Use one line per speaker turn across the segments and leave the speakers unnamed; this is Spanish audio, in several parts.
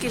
que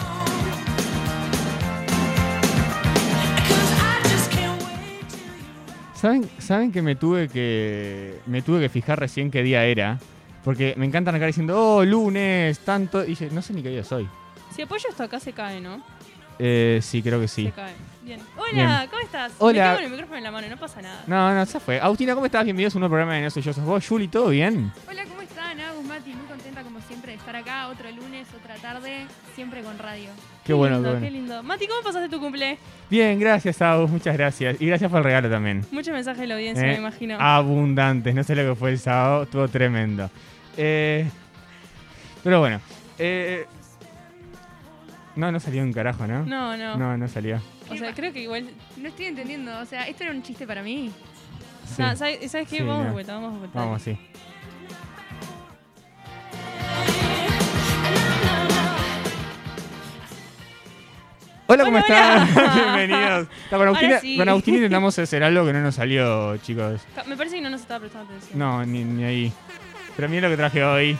¿Saben, ¿Saben que me tuve que me tuve que fijar recién qué día era? Porque me encantan acá diciendo, oh, lunes, tanto. Y yo, no sé ni qué día soy.
Si apoyo esto acá se cae, ¿no?
Eh, sí, creo que
Se
sí.
cae. Bien. Hola,
Bien.
¿cómo estás?
Hola.
Me quedo con el micrófono en la mano, no pasa nada.
No, no, se fue. Agustina, ¿cómo estás? Bienvenidos a un nuevo programa de No Soy Yo, Sos Vos. Juli, ¿todo bien?
Hola, ¿cómo están? Agus Mati, muy contenta como siempre de estar acá, otro lunes, otra tarde, siempre con radio.
Qué bueno,
lindo,
qué bueno.
Qué lindo. Mati, ¿cómo pasaste tu cumple?
Bien, gracias, Agus. Muchas gracias. Y gracias por el regalo también.
Muchos mensajes de la audiencia,
Eh,
me imagino.
Abundantes. No sé lo que fue el sábado. Estuvo tremendo. Eh, pero bueno. eh, no, no salió un carajo, ¿no?
No, no,
No, no salió.
O sea, creo que igual.
No estoy entendiendo, o sea, ¿esto era un chiste para mí?
Sí.
Nah, ¿sabes, sabes qué?
Sí,
vamos de
no.
vuelta, vamos de vuelta.
Vamos, sí. Hola, ¿cómo
Hola, hola.
están? Bienvenidos. No, con, Agustina,
Ahora sí.
con Agustín intentamos hacer algo que no nos salió, chicos.
Ca- Me parece que no nos estaba prestando atención.
No, ni, ni ahí. Pero miren lo que traje hoy.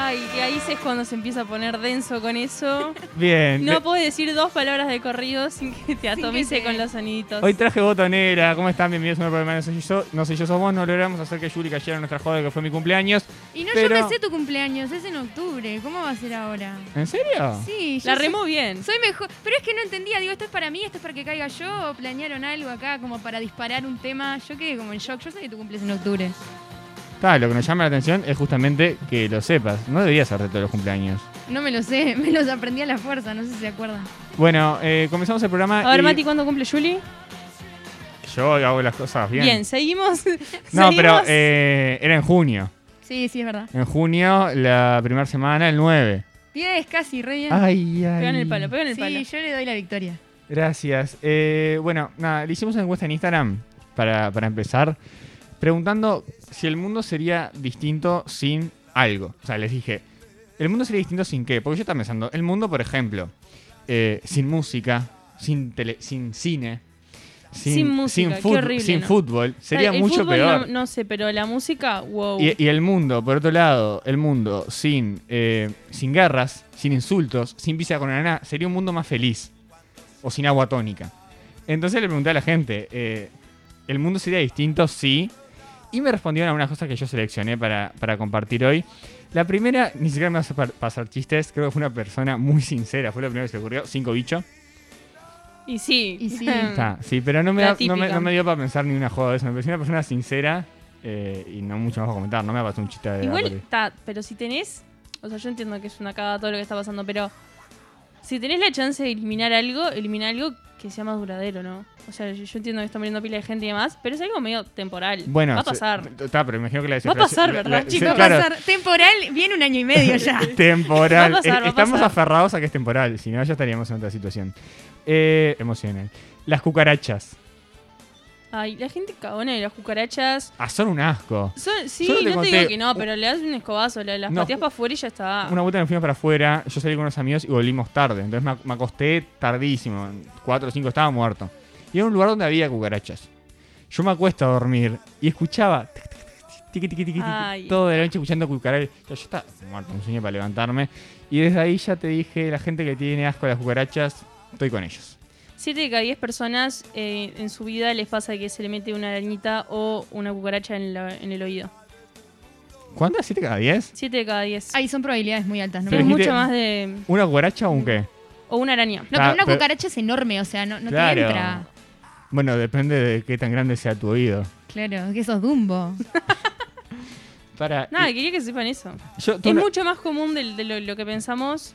Ay, que ahí es cuando se empieza a poner denso con eso.
Bien.
No pues.
Le-
puedes decir dos palabras de corrido sin que te atomice
te-
con los soniditos.
Hoy traje botonera. ¿Cómo están? Bienvenidos a un nuevo programa. de No soy yo, no soy yo, sos vos. No logramos hacer que Yuri cayera en nuestra joda que fue mi cumpleaños.
Y no,
Pero-
yo me sé tu cumpleaños, es en octubre, ¿cómo va a ser ahora?
¿En serio?
Sí, yo
La
sé-
remo bien.
Soy mejor, pero es que no entendía, digo, esto es para mí, esto es para que caiga yo, o planearon algo acá como para disparar un tema, yo quedé como en shock, yo sé que tu cumples en octubre.
Claro, lo que nos llama la atención es justamente que lo sepas. No deberías hacerte todos los cumpleaños.
No me lo sé, me los aprendí a la fuerza, no sé si se acuerdan.
Bueno, eh, comenzamos el programa.
A ver,
y-
Mati, ¿cuándo cumple Juli?
Yo hago las cosas bien.
seguimos.
No, pero
seguimos.
eh, era en junio.
Sí, sí, es verdad.
En junio, la primera semana, el 9.
10, casi, re bien.
Ay, ay.
Pegan el palo, pegan el
sí,
palo.
yo le doy la victoria.
Gracias. Eh, bueno, nada, le hicimos una encuesta en Instagram para, para empezar, preguntando si el mundo sería distinto sin algo. O sea, les dije, ¿el mundo sería distinto sin qué? Porque yo estaba pensando, el mundo, por ejemplo, eh, sin música, sin, tele- sin cine, sin,
Sin música, qué
fut-
horrible,
sin
¿no?
fútbol, sería
El
mucho
fútbol
peor.
No, no sé, pero la música, wow.
Y, y el mundo, por otro lado, el mundo sin, eh, sin guerras, sin insultos, sin visa con ananá, sería un mundo más feliz. O sin agua tónica. Entonces le pregunté a la gente, eh, ¿el mundo sería distinto? Sí. Y me respondieron algunas cosas que yo seleccioné para, para compartir hoy. La primera, ni siquiera me hace pa- pasar chistes, creo que fue una persona muy sincera, fue lo primero que se le ocurrió, cinco bicho.
Y sí.
Y sí.
Está, sí, pero no me,
Mm. La
da- no, me,
típica.
no me dio para pensar ni una joda de eso. Me pareció una persona sincera eh, y no mucho más a comentar, no me pasó un chiste de
Igual
Apple.
está, pero si tenés. O sea, yo entiendo que es una cagada todo lo que está pasando, pero. Si tenés la chance de eliminar algo, elimina algo que sea más duradero, ¿no? O sea, yo, yo entiendo que está muriendo pila de gente y demás, pero es algo medio temporal.
Bueno,
va a
se-
pasar.
Está, pero imagino que la
Va a pasar,
desesperación-
¿verdad,
la- la-
chicos?
sí,
Va a
claro,
pasar temporal, viene un año y medio ya.
Temporal.
Va a pasar,
Eh,
va a
Estamos
pasar.
aferrados a que es temporal, si no ya estaríamos en otra situación. Eh, emocional. Las cucarachas.
Ay, la gente cagona de las cucarachas.
Ah, son un asco.
Son- sí,
Yo no te
no te
conté-
digo que no, pero le das un escobazo, le, las
No,
pateas para afuera y ya está.
Una vuelta nos fuimos para afuera, yo salí con unos amigos y volvimos tarde. Entonces me, ac- me acosté tardísimo, cuatro o cinco, estaba muerto. Y era un lugar donde había cucarachas. Yo me acuesto a dormir y escuchaba tic, tic, tic, tic, tic, tic, tic, tic,
Ay.
todo de la noche escuchando cucarachas. Yo, yo estaba muerto, un sueño para levantarme. Y desde ahí ya te dije, la gente que tiene asco a las cucarachas, estoy con ellos.
7 de cada 10 personas eh, en su vida les pasa que se le mete una arañita o una cucaracha en, la- en el oído.
¿Cuántas? ¿Siete cada diez?
7 de cada 10.
Ahí son probabilidades muy altas, ¿no?
Pero es
dijiste-
mucho más de.
¿Una cucaracha o un qué?
O una araña.
No, pero
Ah,
una
pero-
cucaracha es enorme, o sea, no, no
Claro.
te entra.
Bueno, depende de qué tan grande sea tu oído.
Claro, que sos Dumbo.
Para.
Nada, quería que sepan eso.
yo, tú
Es
no-
mucho más común del- de, lo, lo que pensamos.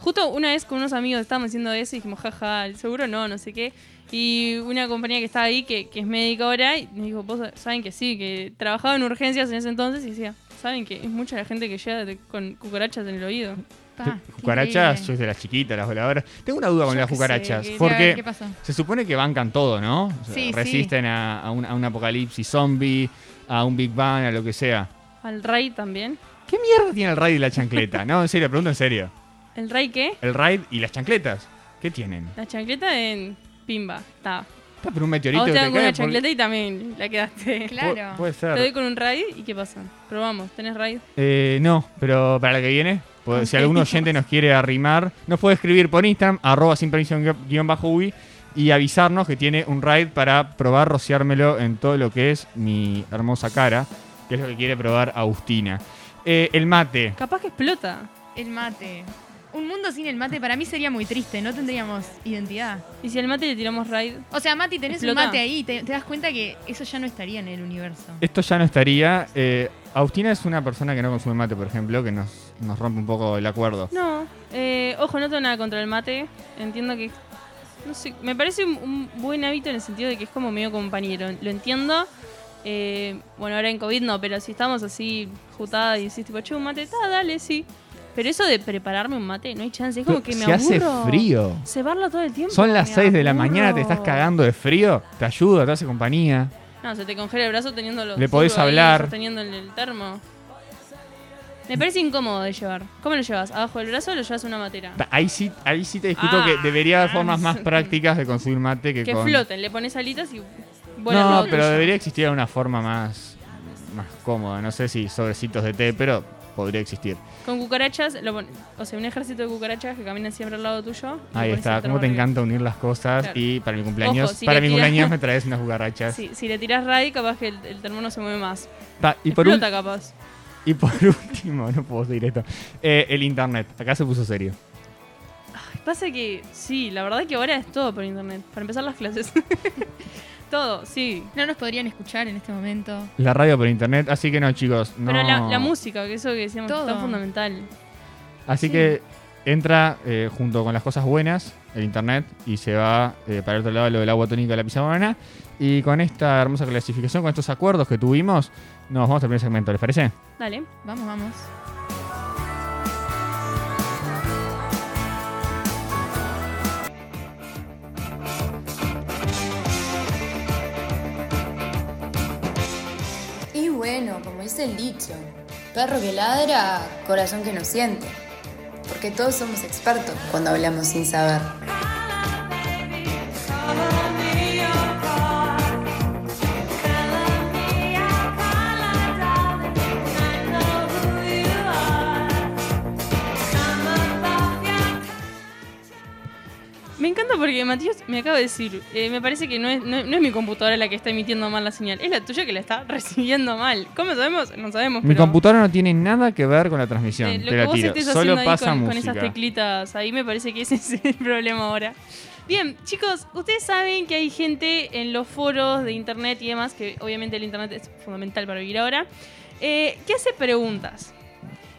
Justo una vez con unos amigos estábamos haciendo eso y dijimos, jaja, seguro no, no sé qué. Y una compañía que estaba ahí, que, que es médica ahora, y me dijo, vos saben que sí, que trabajaba en urgencias en ese entonces y decía, saben que es mucha la gente que llega de- con cucarachas en el oído.
Pa,
Cucarachas,
qué-
yo de las chiquitas, las voladoras. Tengo una duda con
Yo
las
qué sé,
cucarachas.
que- a ver, ¿qué
porque
pasó?
se supone que bancan todo, ¿no? O sea,
Sí, sí.
resisten A, a un, a un apocalipsis zombie, a un Big Bang, a lo que sea.
Al Ray también.
¿Qué mierda tiene el raid y la chancleta? No, en serio, pregunto en serio.
¿El Ray qué?
El raid y las chancletas. ¿Qué tienen?
La chancleta en Pimba. Está.
Está por un
A
meteorito
vos
que
te
te
dan con una
cae.
chancleta y también la quedaste.
por- pu-
Claro.
Puede
Te doy
ser.
con un raid y ¿qué pasa? Probamos. ¿Tenés raid?
Eh, no, pero para la que viene, pues, si algún oyente nos quiere arrimar, nos puede escribir por Instagram, arroba sin permiso guión bajo uy, y avisarnos que tiene un raid para probar rociármelo en todo lo que es mi hermosa cara, que es lo que quiere probar Agustina. Eh, el mate.
Capaz que explota.
El mate. Un mundo sin el mate para mí sería muy triste, no tendríamos identidad.
Y si al mate le tiramos raid,
O sea, Mati, tenés
Explota.
un mate ahí, te, te das cuenta que eso ya no estaría en el universo.
Esto ya no estaría. eh, Agustina es una persona que no consume mate, por ejemplo, que nos, nos rompe un poco el acuerdo.
No, eh, ojo, no tengo nada contra el mate. Entiendo que. No sé, me parece un, un buen hábito en el sentido de que es como medio compañero. Lo entiendo. Eh, bueno, ahora en COVID no, pero si estamos así jutadas y decís tipo, che, un mate, está, dale, sí. Pero eso de prepararme un mate, no hay chance. Es como que me
Se hace
aburro.
frío.
Cebarlo todo el tiempo.
Son las
me
6 de la
aburro.
mañana, te estás cagando de frío, te ayudo, te hace compañía.
No, se te congela el brazo teniéndolo.
Le podés
solo ahí,
hablar.
sosteniendo el- el termo. Me parece incómodo de llevar. ¿Cómo lo llevas? ¿Abajo del brazo o lo llevas a una matera?
Ta- Ahí sí, ahí sí te discuto
Ah,
que debería haber formas más
sí.
prácticas de consumir mate que,
Que
con...
floten, le pones alitas y vuelan
No,
todos.
pero debería existir una forma más, más cómoda. No sé si sobrecitos de té, pero podría existir.
Con cucarachas, lo pon- o sea, un ejército de cucarachas que caminan siempre al lado tuyo. y
Ahí
le pones
está,
el
cómo te
termo arriba.
encanta unir las cosas
Claro.
y para mi cumpleaños,
Ojo, si
para
le
mi
tira-
cumpleaños me traes unas cucarachas.
Sí, si le tiras raid, capaz que el, el termo no se mueve más.
Ta, y, por un-
Explota, capaz.
y por último, no puedo seguir esto, eh, el internet. Acá se puso serio.
Ay, Pasa que, sí, la verdad que ahora es todo por internet. Para empezar las clases. todo, sí.
No nos podrían escuchar en este momento.
La radio por internet, así que no, chicos. No.
Pero la, la música, que eso que decíamos,
Todo.
es tan fundamental.
Así
Sí.
que entra eh, junto con las cosas buenas, el internet, y se va eh, para el otro lado lo del agua tónica de la pizza banana. Y con esta hermosa clasificación, con estos acuerdos que tuvimos, nos vamos al primer segmento, ¿les parece?
Dale.
Vamos, vamos.
Y bueno, como dice el dicho, perro que ladra, corazón que no siente. Porque todos somos expertos cuando hablamos sin saber.
Me encanta porque Matías me acaba de decir, eh, me parece que no es, no, no es mi computadora la que está emitiendo mal la señal, es la tuya que la está recibiendo mal. ¿Cómo sabemos? No sabemos.
Mi
pero,
computadora no tiene nada que ver con la
eh,
transmisión,
lo
te
que
la
vos
tiro.
estés
Solo
haciendo ahí
pasa
con, con
música.
esas teclitas, ahí me parece que ese es el problema ahora. Bien, chicos, ustedes saben que hay gente en los foros de internet y demás, que obviamente el internet es fundamental para vivir ahora, eh, que hace preguntas.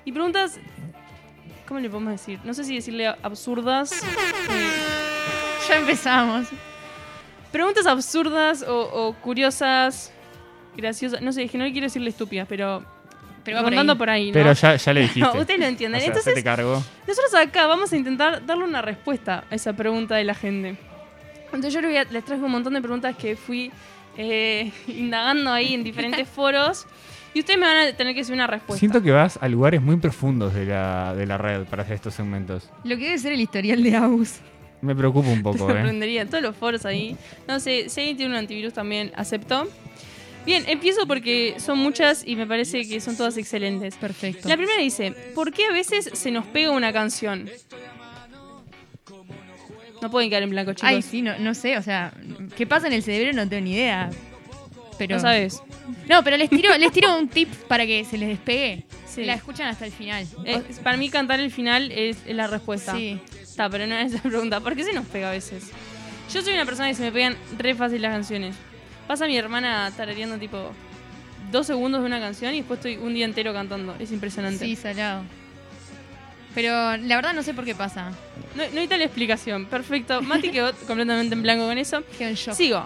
Y preguntas, ¿cómo le podemos decir? No sé si decirle absurdas. eh,
Ya empezamos.
Preguntas absurdas o, o curiosas, graciosas. No sé, es que no quiero decirle estúpidas, pero.
Pero va por
rondando
ahí.
por ahí, ¿no?
Pero ya, ya le dijiste.
No, ustedes lo entienden.
O sea, hacete
Entonces,
cargo.
nosotros acá vamos a intentar darle una respuesta a esa pregunta de la gente. Entonces, yo les, voy a- les traigo un montón de preguntas que fui eh, indagando ahí en diferentes foros. Y ustedes me van a tener que decir una respuesta.
Siento que vas a lugares muy profundos de la, de la red para hacer estos segmentos.
Lo que debe ser el historial de Agus.
Me preocupa un
Te
poco, ¿eh?
sorprendería. Todos los foros ahí. No sé, si alguien tiene un antivirus también, acepto. Bien, empiezo porque son muchas y me parece que son todas excelentes.
Perfecto.
La primera dice, ¿por qué a veces se nos pega una canción? No pueden quedar en blanco, chicos.
Ay, sí, no, no sé, o sea, ¿qué pasa en el cerebro? No tengo ni idea. Pero...
No sabes.
No, pero les tiro, les tiro un tip para que se les despegue.
Sí.
La escuchan hasta el final.
Eh, para mí cantar el final es la respuesta.
Sí.
Está, pero no es la pregunta. ¿Por qué se nos pega a veces? Yo soy una persona que se me pegan re fácil las canciones. Pasa mi hermana tarareando tipo dos segundos de una canción y después estoy un día entero cantando. Es impresionante.
Sí, salado. Pero la verdad no sé por qué pasa.
No, no hay tal explicación. Perfecto. Mati quedó completamente en blanco con eso.
Quedo en shock.
Sigo.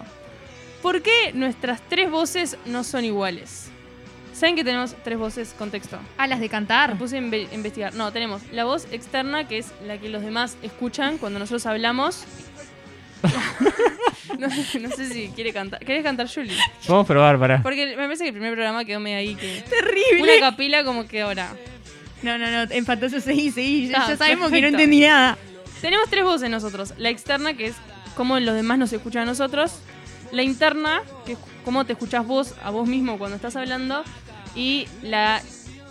¿Por qué nuestras tres voces no son iguales? Saben que tenemos tres voces con texto.
Ah, las de cantar.
Me puse a inve- investigar. No, tenemos la voz externa, que es la que los demás escuchan cuando nosotros hablamos. no, no sé si quiere cantar. ¿Querés cantar, Julie?
Vamos a probar, pará.
Porque me parece que el primer programa quedó medio ahí que...
Terrible.
Una capila como que ahora.
No, no, no. En fantasía seguí, seguí. Ya,
Ah,
ya sabemos que no
perfecto.
entendí nada.
Tenemos tres voces nosotros. La externa, que es cómo los demás nos escuchan a nosotros. La interna, que es cómo te escuchás vos a vos mismo cuando estás hablando. Y la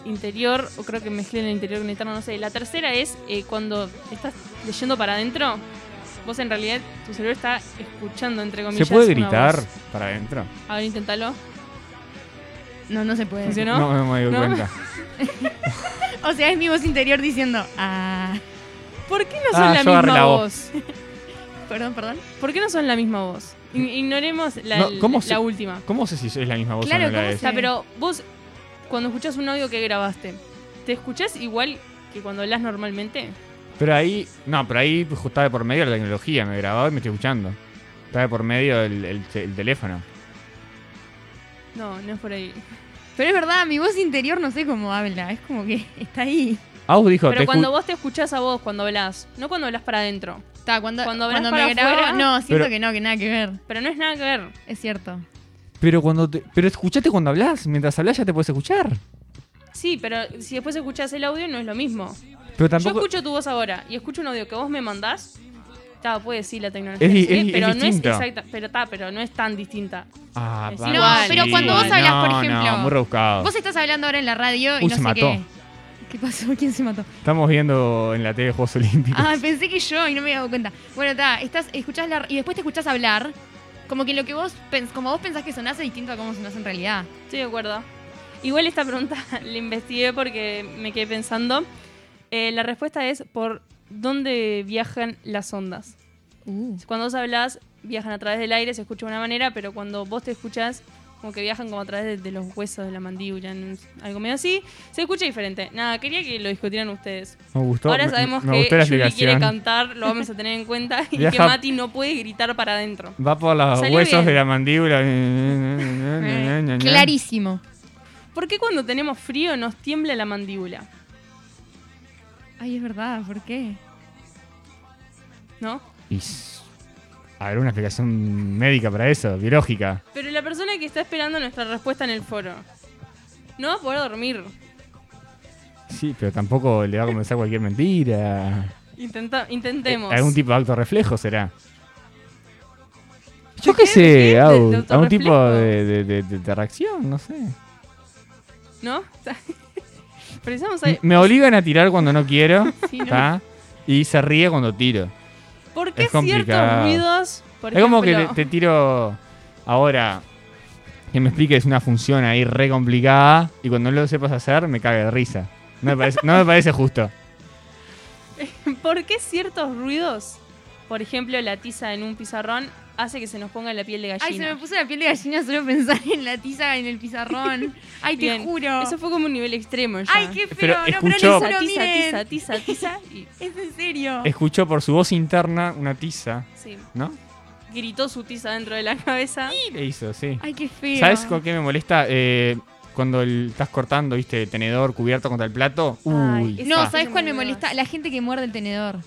interior, o creo que mezclé el interior con la interna, no sé. La tercera es eh, cuando estás leyendo para adentro. Vos en realidad, tu cerebro está escuchando, entre
¿Se
comillas.
puede
una
gritar
voz.
para adentro?
A ver, inténtalo.
No, no se puede.
Funciona. ¿No?
No, no me doy
¿No?
cuenta.
O sea, es mi voz interior diciendo, ah,
¿Por qué no son
Ah,
la
yo agarré
misma
la
voz?
perdón, perdón.
¿Por qué no son la misma voz? Ign- Ignoremos la,
No, ¿cómo
la
se-
última.
¿Cómo sé si es la misma voz
Claro,
o no la
¿cómo
es?
O sea,
Sí.
pero vos, cuando escuchás un audio que grabaste, ¿te escuchás igual que cuando hablas normalmente?
Pero ahí, no, pero ahí pues, estaba de por medio la tecnología, me grababa y me estoy escuchando. Estaba de por medio el, el te- el teléfono.
No, no es por ahí.
Pero es verdad, mi voz interior no sé cómo habla. Es como que está ahí.
Aus Ah, dijo,
Pero
te
cuando
escu-
vos te escuchás a vos cuando hablas, no cuando hablas para adentro.
Está, cuando,
Cuando hablas
cuando
para
me grabo,
afuera-
no, siento
Pero-
que no, que nada que ver.
Pero no es nada que ver.
Es cierto.
pero cuando te- pero escuchate cuando hablas, mientras hablas ya te puedes escuchar.
Sí, pero si después escuchás el audio no es lo mismo.
Pero tampoco
Yo escucho tu voz ahora y escucho un audio que vos me mandás. Está, puede sí, la tecnología.
Es di-
sí,
es di-
pero
es
no es
distinta.
exacta, pero ta, pero no es tan distinta.
Ah,
Es
vamos,
igual, pero cuando vos hablás, por
No,
ejemplo-
No, muy rebuscado.
Vos estás hablando ahora en la radio y
Ah. Uy,
no
se
sé
mató.
qué. ¿Qué pasó? ¿Quién se mató?
Estamos viendo en la tele Juegos Olímpicos.
Ah, pensé que yo y no me había dado cuenta. Bueno, está, estás, escuchás la, y después te escuchás hablar. Como que lo que vos, pens- como vos pensás que sonás es distinto a cómo sonás en realidad.
Estoy de acuerdo. Igual esta pregunta la investigué porque me quedé pensando. Eh, la respuesta es por dónde viajan las ondas.
Uh.
Cuando vos hablas, viajan a través del aire, se escucha de una manera, pero cuando vos te escuchás, como que viajan como a través de, de los huesos de la mandíbula, en- algo medio así, se escucha diferente. Nada, quería que lo discutieran ustedes.
me gustó.
Ahora
me-
sabemos
me, gustó
que
la
Juli quiere
explicación.
cantar, lo vamos a tener en cuenta, y que
Viaja-
Mati no puede gritar para adentro.
Va por los
Salió
huesos
bien. Eh,
de la mandíbula.
Clarísimo.
¿Por qué cuando tenemos frío nos tiembla la mandíbula?
Ay, es verdad, ¿por qué?
¿No?
Y s- Habrá una explicación médica para eso, biológica.
Pero la persona que está esperando nuestra respuesta en el foro no va a poder dormir.
Sí, pero tampoco le va a comenzar cualquier mentira.
Intenta, intentemos.
Eh, Algún tipo de acto reflejo será. Yo qué sé,
de
Au, algún tipo
autorreflejo?
de, de- de- de- de reacción, no sé.
¿No? Precisamos ahí.
Me obligan a tirar cuando no quiero,
Sí, ¿no?
¿tá? Y se ríe cuando tiro.
¿Por qué
Mm, Es complicado.
ciertos ruidos? Por
es como que
ejemplo,
te, te tiro ahora que me expliques una función ahí re complicada y cuando no lo sepas hacer me caga de risa. No me parece, no me parece justo.
¿Por qué ciertos ruidos? Por ejemplo, la tiza en un pizarrón hace que se nos ponga la piel de gallina.
Ay, se me puso la piel de gallina solo pensar en la tiza en el pizarrón. Ay, te
Bien.
juro.
Eso fue como un nivel extremo ya.
Ay, qué
Pero
feo. no,
escuchó-
pero
tiza,
no
tiza,
miren.
tiza, tiza, tiza, y-
Es en serio.
Escuchó por su voz interna una tiza,
sí,
¿no?
gritó su tiza dentro de la cabeza.
Y le hizo, sí.
Ay, qué feo.
¿Sabes con qué me molesta? Eh, cuando el- estás cortando, viste, tenedor cubierto contra el plato.
Ay,
Uy,
es-
No,
pa.
¿sabes cuál me
Son
molesta?
nuevas.
La gente que muerde el tenedor.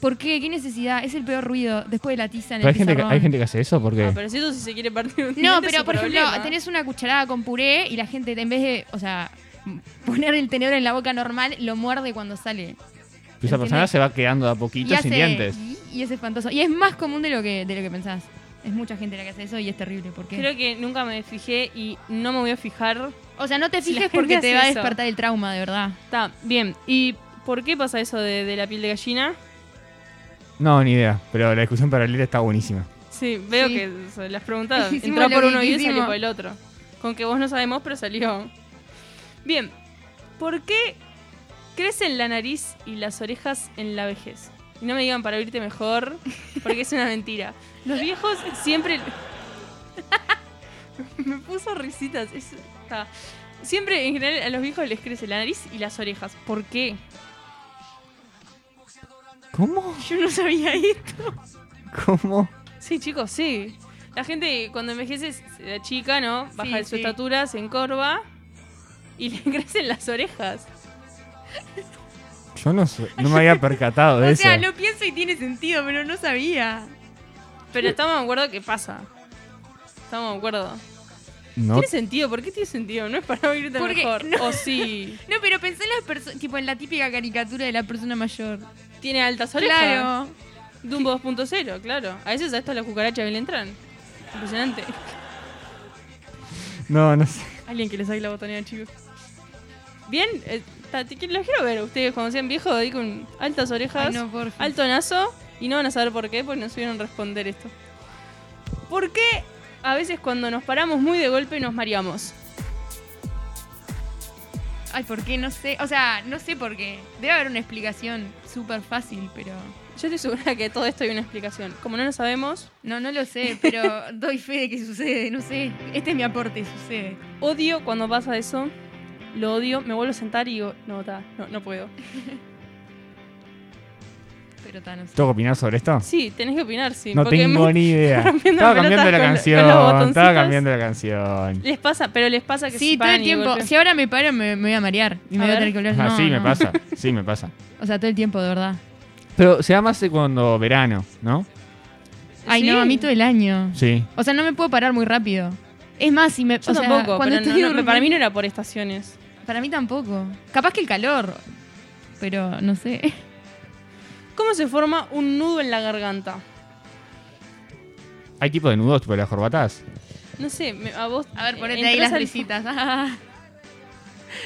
¿Por qué? ¿Qué necesidad? Es el peor ruido después de la tiza en
Pero
el
hay, gente que,
pizarrón.
hay gente que hace eso porque...
Ah, pero si eso sí se quiere partir un
No,
diente, es
pero
un
por ejemplo,
problema.
tenés una cucharada con puré y la gente en vez de, o sea, poner el tenedor en la boca normal, lo muerde cuando sale.
esa persona
¿entendés?
se va quedando de a poquito sin dientes.
y es espantoso. Y es más común de lo que de lo que pensás. Es mucha gente la que hace eso y es terrible. ¿Por qué?
Creo que nunca me fijé y no me voy a fijar.
o sea, no te
si la
fijes
gente
porque
hace
te va a
eso.
despertar el trauma, de verdad.
Está bien. ¿Y por qué pasa eso de, de la piel de gallina?
No, ni idea. Pero la discusión paralela está buenísima.
Sí, veo
Sí.
que o sea, las preguntas
Hicimos
entró
lo
por
que
uno y salió
quisimos.
por el otro. Con que vos no sabemos, pero salió. Bien. ¿Por qué crecen la nariz y las orejas en la vejez? Y no me digan para oírte mejor, porque es una mentira. Los viejos siempre. me puso risitas. es- está. Siempre, en general, a los viejos les crece la nariz y las orejas. ¿Por qué?
¿Cómo?
Yo no sabía esto.
¿Cómo?
Sí, chicos, sí. La gente cuando envejece se da eh, chica, ¿no? Baja
Sí,
de su
sí.
estatura, se encorva. y le crecen las orejas.
Yo no, sé, no me había percatado de
O
eso.
sea, lo pienso y tiene sentido, pero no sabía.
Pero estamos de acuerdo que pasa. Estamos de acuerdo.
No,
¿Tiene sentido? ¿Por qué tiene sentido? No es para oírte
Porque-
mejor.
no.
O sí.
No, pero pensé en la perso- tipo en la típica caricatura de la persona mayor.
Tiene altas orejas.
Claro.
Dumbo 2.0, claro. A veces a esto la cucaracha bien le entran. Impresionante.
no, no sé.
Alguien que les saque la botonera, chicos. Bien, eh, tati- que los quiero ver a ustedes cuando sean viejos ahí con altas orejas,
Ay, no, porfa.
alto nazo, y no van a saber por qué, porque no supieron responder esto. ¿Por qué a veces cuando nos paramos muy de golpe nos mareamos?
Ay, ¿por qué? No sé. O sea, no sé por qué. Debe haber una explicación súper fácil, pero...
Yo estoy segura que todo esto hay una explicación. Como no lo sabemos,
No, no lo sé, pero doy fe de que sucede, no sé. Este es mi aporte, sucede.
odio cuando pasa eso. Lo odio, me vuelvo a sentar y digo, no, ta, no, no puedo.
Pero tan no sé.
¿Tengo que opinar sobre esto?
Sí, tenés que opinar, sí.
no
porque
tengo
me-
ni idea.
rompiendo
Estaba
pelotas
cambiando la
con- con los
canción. Estaba
botoncitos.
cambiando la canción.
Les pasa, pero les pasa que
Sí,
se
todo
paran
el
y
tiempo.
golpean.
Si ahora me paro, me, me voy a marear. Y
A
me voy
ver.
a tener que hablar.
Ah,
no,
sí, me
no.
pasa. Sí, me pasa.
O sea, todo el tiempo, de verdad.
Pero se da más cuando verano, ¿no?
Ay,
Sí.
no, a mí todo el año.
Sí.
O sea, no me puedo parar muy rápido. Es más, si me.
Yo
o sea,
tampoco,
cuando
pero no-
estoy
no,
durmiendo-
para mí no era por estaciones.
Para mí tampoco. Capaz que el calor. Pero no sé.
¿Cómo se forma un nudo en la garganta?
Hay tipo de nudos, tipo las corbatas.
No sé, me- a vos.
A ver, ponete
eh,
ahí
entrás
las
al-
risitas. Ah.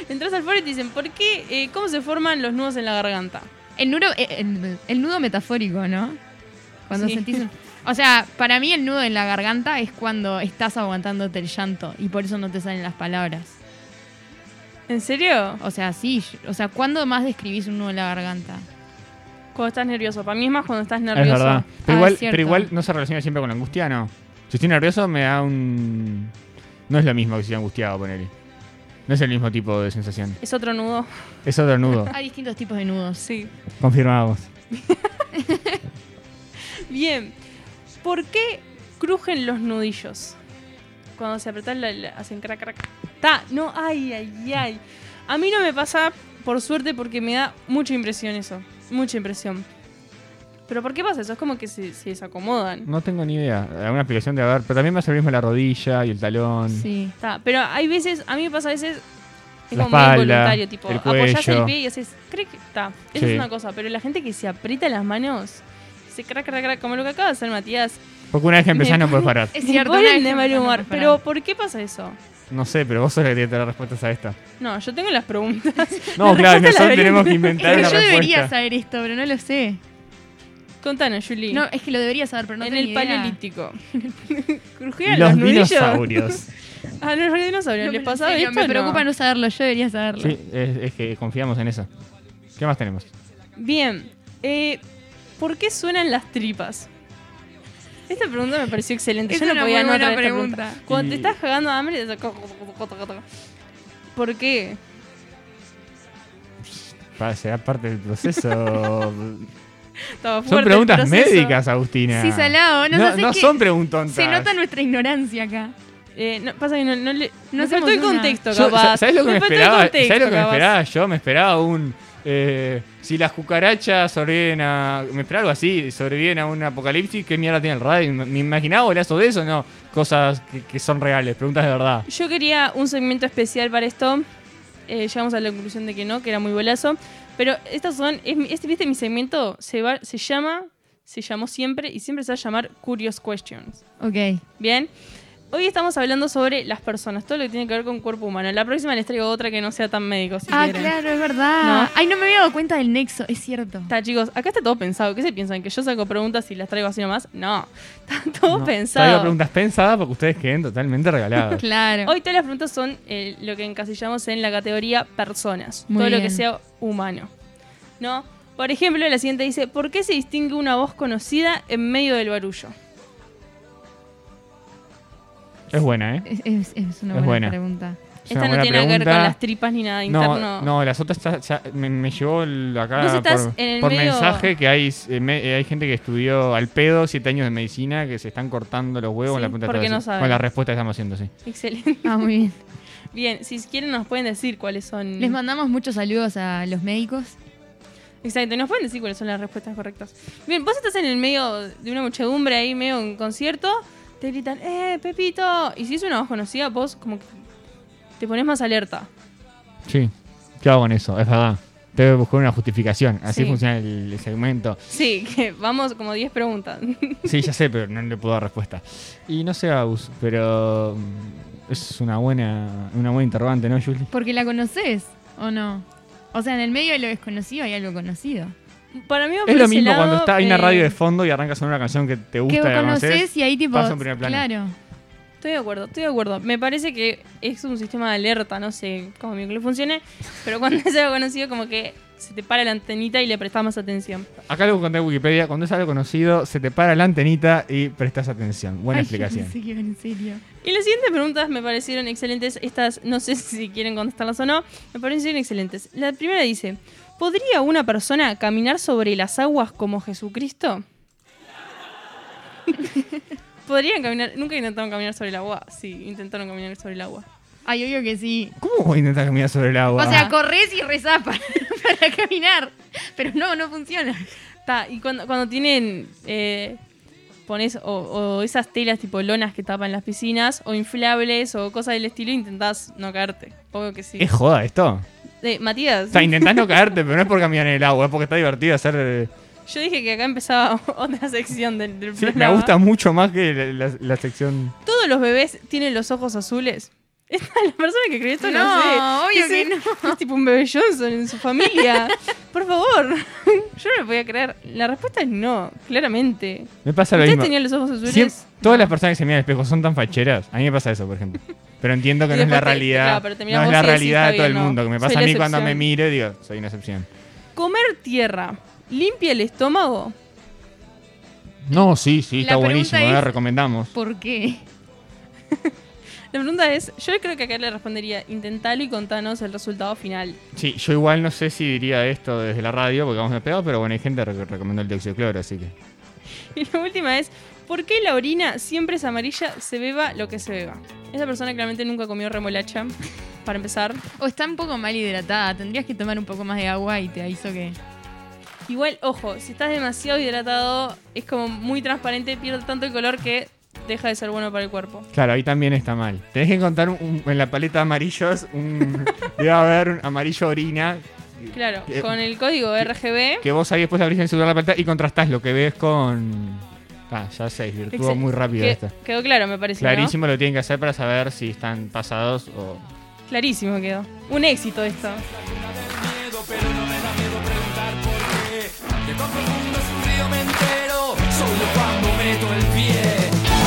Entrás al foro y te dicen, ¿por qué? eh, ¿Cómo se forman los nudos en la garganta?
El nudo, eh, el, el nudo metafórico, ¿no? Cuando
Sí.
sentís un- O sea, para mí el nudo en la garganta es cuando estás aguantándote el llanto y por eso no te salen las palabras.
¿En serio?
O sea, sí. yo- O sea, ¿cuándo más describís un nudo en la garganta?
Cuando estás nervioso. Para mí es más cuando estás
Es
nervioso.
verdad.
Ah,
Pero, igual,
es cierto.
pero igual no se relaciona siempre con la angustia, ¿no? Si estoy nervioso me da un... No es lo mismo que si estoy angustiado, ponele. No es el mismo tipo de sensación.
Es otro nudo.
Es otro nudo.
Hay distintos tipos de nudos.
Sí.
Confirmamos.
Bien. ¿Por qué crujen los nudillos? Cuando se apretan, la- la- hacen crack, crack. Ta, no, ay, ay, ay. A mí no me pasa, por suerte, porque me da mucha impresión eso. Mucha impresión. Pero ¿por qué pasa eso? Es como que se, se desacomodan.
No tengo ni idea. Alguna explicación de haber. Pero también me hace lo mismo la rodilla y el talón.
Sí.
Ta, pero hay veces, a mí me pasa a veces, es
La
como medio
espalda,
involuntario, tipo,
el
apoyás el
cuello.
pie y haces crack, ta. Esa
Sí.
es una cosa, pero la gente que se aprieta las manos, se crack, crack, crack, como lo que acaba de hacer Matías.
Porque una vez que empezás
Me
no puedes parar.
Es
Me
cierto.
ponen
una vez
de
que
mal
me
humor,
pasaron,
pero ¿por qué pasa eso?
No sé, pero vos sos la que tiene que tener respuestas a esta.
No, yo tengo las preguntas.
No,
La
claro,
respuesta la
nosotros tenemos que
debería-
inventar
Es
una
que yo debería
respuesta.
saber esto, pero no lo sé.
Contanos, Julie.
No, es que lo debería saber, pero no
en
tengo
el
ni idea.
paleolítico. Crujían los,
Los
nudillos.
dinosaurios.
A Ah, los dinosaurios les
No, pero en
pasaba
serio,
esto.
Me preocupa
No.
no saberlo, yo debería saberlo.
Sí, es, es que confiamos en eso. ¿Qué más tenemos?
Bien. eh, ¿Por qué suenan las tripas? Esta pregunta me pareció excelente.
Es
Yo no
una
podía
muy
no
buena
traer esta pregunta.
pregunta.
Cuando
Y-
te estás cagando de hambre, te co- co- co- co- co- co- ¿Por qué?
Para ser parte del proceso.
Estaba
son
fuerte el
preguntas
proceso.
médicas, Agustina.
Sí, salado. No, sé, sé que
son preguntontas.
Se nota nuestra ignorancia acá.
Eh, no, pasa que no, no le.
No
me faltó
hacemos
el
una.
contexto,
Yo-
capaz.
sa- ¿Sabes lo que me,
faltó el
esperaba?
contexto,
¿Sabes lo que me
capaz.
esperaba? Yo me esperaba un. eh, si las cucarachas sobreviven a. Me esperaba algo así, sobreviven a un apocalipsis, ¿qué mierda tiene el radio? ¿Me me imaginaba bolazo de eso? No, cosas que, que son reales, preguntas de verdad.
Yo quería un segmento especial para esto. Eh, llegamos a la conclusión de que no, que era muy bolazo. Pero estas son. es mi- este, ¿Viste? Mi segmento se, va, se llama. Se llamó siempre y siempre se va a llamar Curious Questions.
Ok.
Bien. Hoy estamos hablando sobre las personas, todo lo que tiene que ver con cuerpo humano. La próxima les traigo otra que no sea tan médico, si
ah,
quieren.
claro, es verdad.
No.
Ay, no me había dado cuenta del nexo, es cierto.
Está, chicos, acá está todo pensado. ¿Qué se piensan? ¿Que yo saco preguntas y las traigo así nomás? No. Está todo
No, traigo
pensado.
preguntas pensadas porque ustedes queden totalmente regalados.
Claro.
Hoy todas las preguntas son eh, lo que encasillamos en la categoría personas.
Muy
todo lo
bien.
que sea humano. ¿No? Por ejemplo, la siguiente dice: ¿Por qué se distingue una voz conocida en medio del barullo?
es buena, ¿eh?
Es, es- es una
Es
buena,
buena.
pregunta.
Es
Esta
una
no
buena
tiene nada que ver
pregunta.
con las tripas ni nada interno.
No, no, las otras ya- ya me, me llegó el- acá
Vos estás
por,
en el
por
medio-
mensaje que hay, eh, me- eh, hay gente que estudió al pedo siete años de medicina que se están cortando los huevos
Sí,
con la punta de
porque
todo
no
eso.
saben.
Con la respuesta que estamos haciendo, sí.
Excelente.
Ah, muy bien.
Bien, si quieren nos pueden decir cuáles son.
Les mandamos muchos saludos a los médicos.
Exacto, nos pueden decir cuáles son las respuestas correctas. Bien, vos estás en el medio de una muchedumbre ahí, medio en un concierto, te gritan, ¡eh, Pepito! Y si es una voz conocida, vos como que te pones más alerta.
Sí, ¿qué hago con eso? Es verdad. Tengo que buscar una justificación. Así
Sí.
funciona el, el segmento.
Sí, que vamos como 10 preguntas.
Sí, ya sé, pero no le puedo dar respuesta. Y no sé, Agus, pero mm, es una buena, una buena interrogante, ¿no, Julie?
Porque la conoces, ¿o no? O sea, en el medio de lo desconocido hay algo conocido.
Para mí va por
Es lo
ese
mismo
lado,
cuando está, hay
eh,
una radio de fondo y arranca a sonar una canción que te gusta
Que
y
vos
la
conoces y ahí tipo...
pasa en primer plano.
Claro.
Estoy de acuerdo, estoy de acuerdo. Me parece que es un sistema de alerta, no sé cómo mi club funcione, pero cuando es algo conocido como que se te para la antenita y le prestas más atención.
Acá lo conté en Wikipedia, cuando es algo conocido, se te para la antenita y prestas atención. Buena
Ay, yo
explicación.
pensé que iba en serio.
Y las siguientes preguntas me parecieron excelentes. Estas no sé si quieren contestarlas o no. Me parecieron excelentes. La primera dice, ¿podría una persona caminar sobre las aguas como Jesucristo? Podrían caminar, nunca intentaron caminar sobre el agua. Sí, intentaron caminar sobre el agua.
Ay, obvio que sí.
¿Cómo voy a intentar caminar sobre el agua?
O sea, corres y rezás para, para caminar. Pero no, no funciona.
Ta, y cuando, cuando tienen, eh, pones o, o esas telas tipo lonas que tapan las piscinas, o inflables, o cosas del estilo, intentás no caerte. Obvio que sí.
¿Es joda esto?
Eh, Matías.
O sea, intentás no caerte, pero no es por caminar en el agua, es porque está divertido hacer... eh,
Yo dije que acá empezaba otra sección del, del
sí, me
programa.
gusta mucho más que la, la- la sección...
¿Todos los bebés tienen los ojos azules? Esta es la persona que cree esto, no,
No,
sé.
obvio
Es
que
un- Es tipo un bebé Johnson en su familia. Por favor. Yo no lo podía creer. La respuesta es no, claramente.
Me pasa lo
¿Ustedes
mismo.
tenían los ojos azules?
Siem- todas las personas que se miran al espejo son tan facheras. A mí me pasa eso, por ejemplo. Pero entiendo que
Y
no es la
después te-
realidad.
claro, pero te mirás
no es
vos
la
y decís,
realidad de
"Está
todo el
bien, no,
mundo. Que me pasa
soy
a
la
mí cuando me
excepción".
miro y digo, soy una excepción.
Comer tierra. ¿Limpia el estómago?
No, sí, sí,
La
está buenísimo.
pregunta
la
es-
recomendamos.
¿Por qué?
La pregunta es, yo creo que acá le respondería, intentalo y contanos el resultado final.
Sí, yo igual no sé si diría esto desde la radio porque vamos despegados, pero bueno, hay gente que recomendó el dióxido de cloro, así que.
Y la última es, ¿por qué la orina siempre es amarilla? Se beba lo que se beba. Esa persona claramente nunca comió remolacha, para empezar.
O está un poco mal hidratada. Tendrías que tomar un poco más de agua y te aviso que...
Igual, ojo, si estás demasiado hidratado, es como muy transparente, pierde tanto el color que deja de ser bueno para el cuerpo.
Claro, ahí también está mal. Tenés que encontrar un- en la paleta de amarillos un. debe haber un amarillo orina.
Claro,
Eh, Que-
con el código RGB.
Que vos ahí después abrís en celular la paleta y contrastás lo que ves con. Ah, ya se desvirtuó
Excel-
muy rápido
que-
esto.
Quedó claro, me parece. ¿no?
Clarísimo lo tienen que hacer para saber si están pasados o.
Clarísimo quedó. Un éxito esto.
De cuán profundo es un río me entero, solo cuando meto el pie.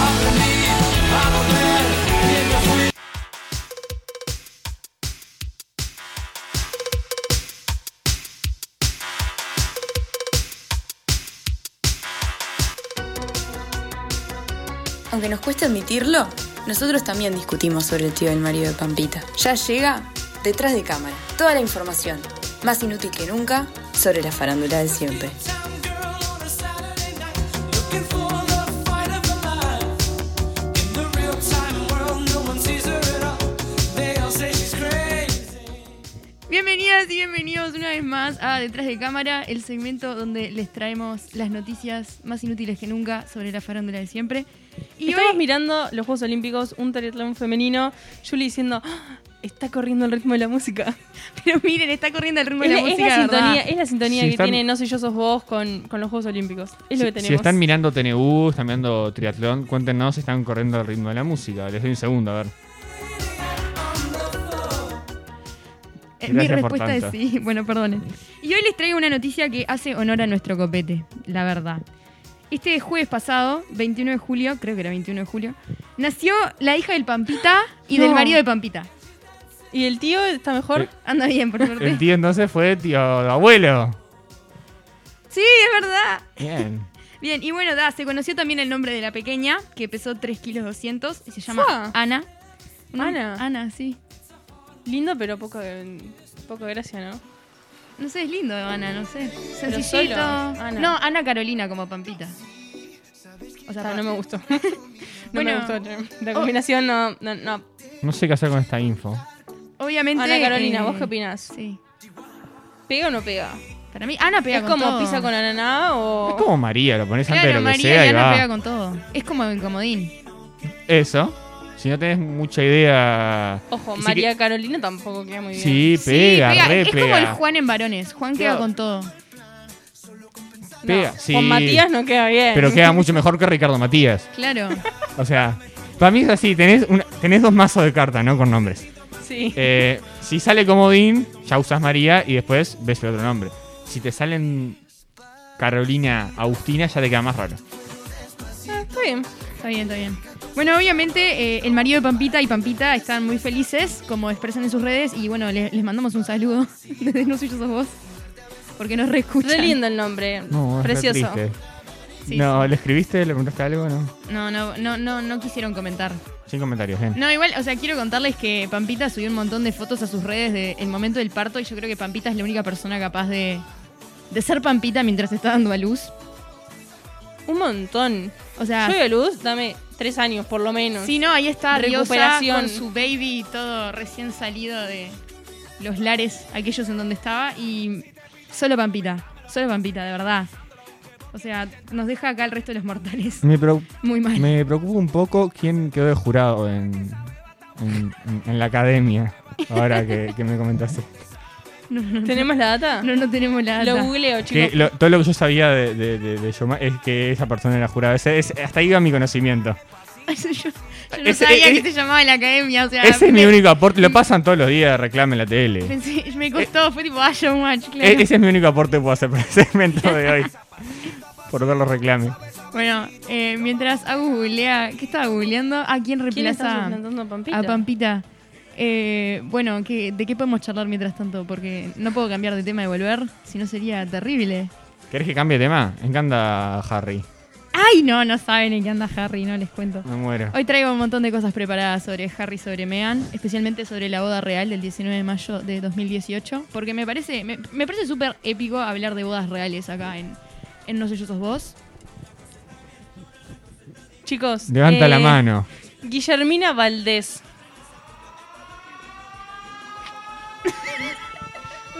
Aprendí a volver mientras fui
Aunque nos cueste admitirlo, nosotros también discutimos sobre el tío del marido de Pampita. Ya llega detrás de cámara toda la información, más inútil que nunca, sobre la farándula de siempre.
Town girl on a Saturday night, looking for the fight of her life. In the real time world, no one sees her at all. They all say she's crazy.
Bienvenidas y bienvenidos una vez más a Detrás de Cámara, el segmento donde les traemos las noticias más inútiles que nunca sobre la farándula de siempre.
Y
Y
Estamos
hoy,
mirando los Juegos Olímpicos, un triatlón femenino. Julie diciendo, "Ah, está corriendo el ritmo de la música.
pero miren, está corriendo el ritmo
Es
de
la, es
la
la
música, ¿verdad?
sintonía, es la sintonía
Si
que
están-
tiene No soy yo, sos vos con, con los Juegos Olímpicos. Es
si,
lo que tenemos.
si están mirando TNU, están mirando triatlón, cuéntenos si están corriendo al ritmo de la música. Les doy un segundo, a ver.
Eh, mi
Gracias por
respuesta es
tanto.
sí, bueno, perdonen. Y hoy les traigo una noticia que hace honor a nuestro copete, la verdad. Este jueves pasado, 21 de julio, creo que era 21 de julio, nació la hija del Pampita y del
No.
marido de Pampita.
¿Y el tío está
Eh.
mejor?
Anda bien, por
El
suerte.
tío entonces fue tío abuelo.
Sí, es verdad.
Bien.
Bien, y bueno, da, se conoció también el nombre de la pequeña, que pesó 3 kilos 200 y se llama
Fua.
Ana.
Ana.
Ana, sí.
Lindo, pero poco, eh, poco gracia, ¿no?
No sé, es lindo, Ana, no sé.
Pero
Sencillito.
solo, Ana.
No, Ana Carolina como Pampita. O sea,
O sea, Ah, no me gustó. no
Bueno.
me gustó. La combinación no. no, no.
No sé qué hacer con esta info.
obviamente.
Ana Carolina,
eh,
¿vos qué opinás?
Sí.
¿Pega o no pega?
Para mí, Ana pega
¿Es
con
como
todo.
pisa con ananá
Es
o.?
como María, lo pones antes de
Claro,
lo que
María
sea
y
y
Ana
va.
pega con todo. Es como el comodín.
Eso. Si no tenés mucha idea.
Ojo,
Sí que-
María Carolina tampoco queda muy bien.
Sí,
Sí,
pega, re
Es
pega.
como el Juan en varones. Juan queda
Claro.
con todo.
No,
pega, sí.
Con Matías no queda bien.
Pero queda mucho mejor que Ricardo Matías.
Claro.
O sea, para mí es así: tenés, una- tenés dos mazos de cartas, ¿no? Con nombres.
Sí.
Eh, si sale comodín, ya usas María y después ves el otro nombre. Si te salen Carolina, Agustina, ya te queda más raro. Eh.
Ah, está bien.
Está bien, está bien. Bueno, obviamente eh, el marido de Pampita y Pampita están muy felices, como expresan en sus redes, y bueno, le- les, mandamos un saludo desde No Soy Yo Sos Vos, porque nos reescuchan.
Re lindo el nombre.
No, es re
Precioso.
triste.
Sí,
no, ¿le escribiste? ¿Le preguntaste algo? No.
No, no, no, no, no quisieron comentar.
Sin comentarios, bien.
No, igual, o sea, quiero contarles que Pampita subió un montón de fotos a sus redes del momento del parto y yo creo que Pampita es la única persona capaz de, de ser Pampita mientras está dando a luz.
Un montón.
O sea,
Yo de luz, dame tres años por lo menos.
sí, no, ahí está Riosa
Recuperación.
con su baby y todo recién salido de los lares, aquellos en donde estaba y solo Pampita, solo Pampita, de verdad. O sea, nos deja acá el resto de los mortales
Me, preo-
muy mal.
me preocupa un poco quién quedó de jurado en, en- en- en la academia. Ahora que, que me comentaste.
No, no, no.
¿Tenemos la data?
No, no tenemos la
Lo
data.
googleo,
Que
chicos.
lo- todo lo que yo sabía de, de, de- de Yoma es que esa persona era jurada. Ese- es- hasta ahí va mi conocimiento.
Yo, yo no
Ese-
sabía
eh,
que se llamaba la academia, o sea...
Ese es mi
me-
único aporte. Lo pasan todos los días, reclamen la tele.
Pensé- me costó, fue tipo, ah, yo match, claro.
E- ese es mi único aporte que puedo hacer para el segmento de hoy. Por ver los reclames.
Bueno, eh, mientras Agus googlea, ¿qué estaba googleando? ¿A quién
¿Quién está
reemplaza
suplantando a Pampita?
a Pampita? Eh, bueno, ¿qué- ¿de qué podemos charlar mientras tanto? Porque no puedo cambiar de tema y volver, si no sería terrible.
¿Querés que cambie de tema? Me encanta Harry.
Ay, no, no saben en qué anda Harry, no les cuento.
Me muero.
Hoy traigo un montón de cosas preparadas sobre Harry, sobre Meghan, especialmente sobre la boda real del 19 de mayo de 2018, porque me parece me, me parece súper épico hablar de bodas reales acá en, en No sé yo sos vos.
Chicos.
Levanta la
eh,
mano.
Guillermina Valdés.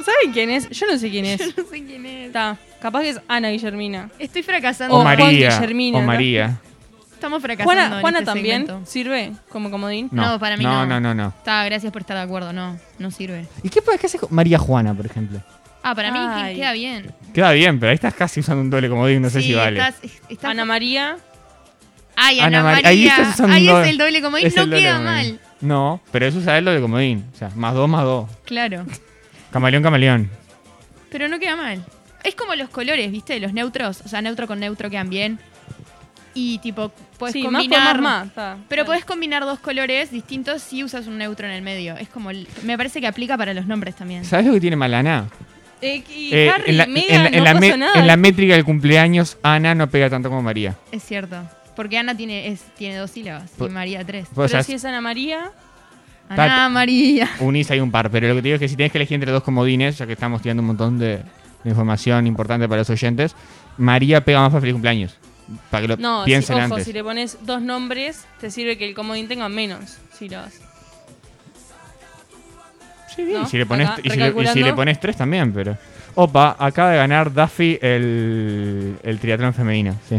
¿Saben quién es? Yo no sé quién es.
No sé quién es.
Está. Capaz que es Ana Guillermina.
Estoy fracasando.
O
Juan
María.
Guillermina,
O
¿no?
María.
Estamos fracasando.
Juana,
en
Juana
este
también
segmento.
sirve como comodín.
No,
No, para mí
No,
no.
no, no. no.
Está, gracias por estar de acuerdo. No, no sirve.
¿Y qué, qué haces con María Juana, por ejemplo?
Ah, para mí que-
Ay.
queda bien.
Queda bien, pero ahí estás casi usando un doble comodín, no sé
Sí,
si vale.
estás- estás-
Ana María.
Ay, Ana,
Ana Mar-
María.
ahí
Ahí,
estás usando un
es
doble-
el doble comodín.
Es
No
el doble
queda
comodín.
mal.
No, pero eso usa el doble comodín. O sea, más dos, más dos.
Claro.
Camaleón, camaleón.
Pero no queda mal. Es como los colores, ¿viste? Los neutros. O sea, neutro con neutro quedan bien. Y tipo, puedes
sí, más por más,
combinar.
más, está.
Pero
Claro.
podés combinar dos colores distintos si usas un neutro en el medio. Es como. el- me parece que aplica para los nombres también.
¿Sabes lo que tiene Malana?
Eh, y
Eh,
Harry,
en la, en
Meghan,
la- en la
no
me-
pasó nada.
en la métrica del cumpleaños, Ana no pega tanto como María.
Es cierto. Porque Ana tiene, es, tiene dos sílabas
Pu-
y María tres.
Vos
Pero
ya
si es Ana María,
Ana María.
unís ahí un par, pero lo que te digo es que si tenés que elegir entre dos comodines, ya que estamos tirando un montón de, de información importante para los oyentes, María pega más para feliz cumpleaños. Para que lo
no, si,
piensen
ojo,
antes.
si le pones dos nombres, te sirve que el comodín tenga menos sílabas.
Sí,
¿no?
y si le pones,
Acá,
y si le, y si le
recalculando.
pones tres también, pero. Opa, acaba de ganar Duffy el, el triatlón femenino. Sí.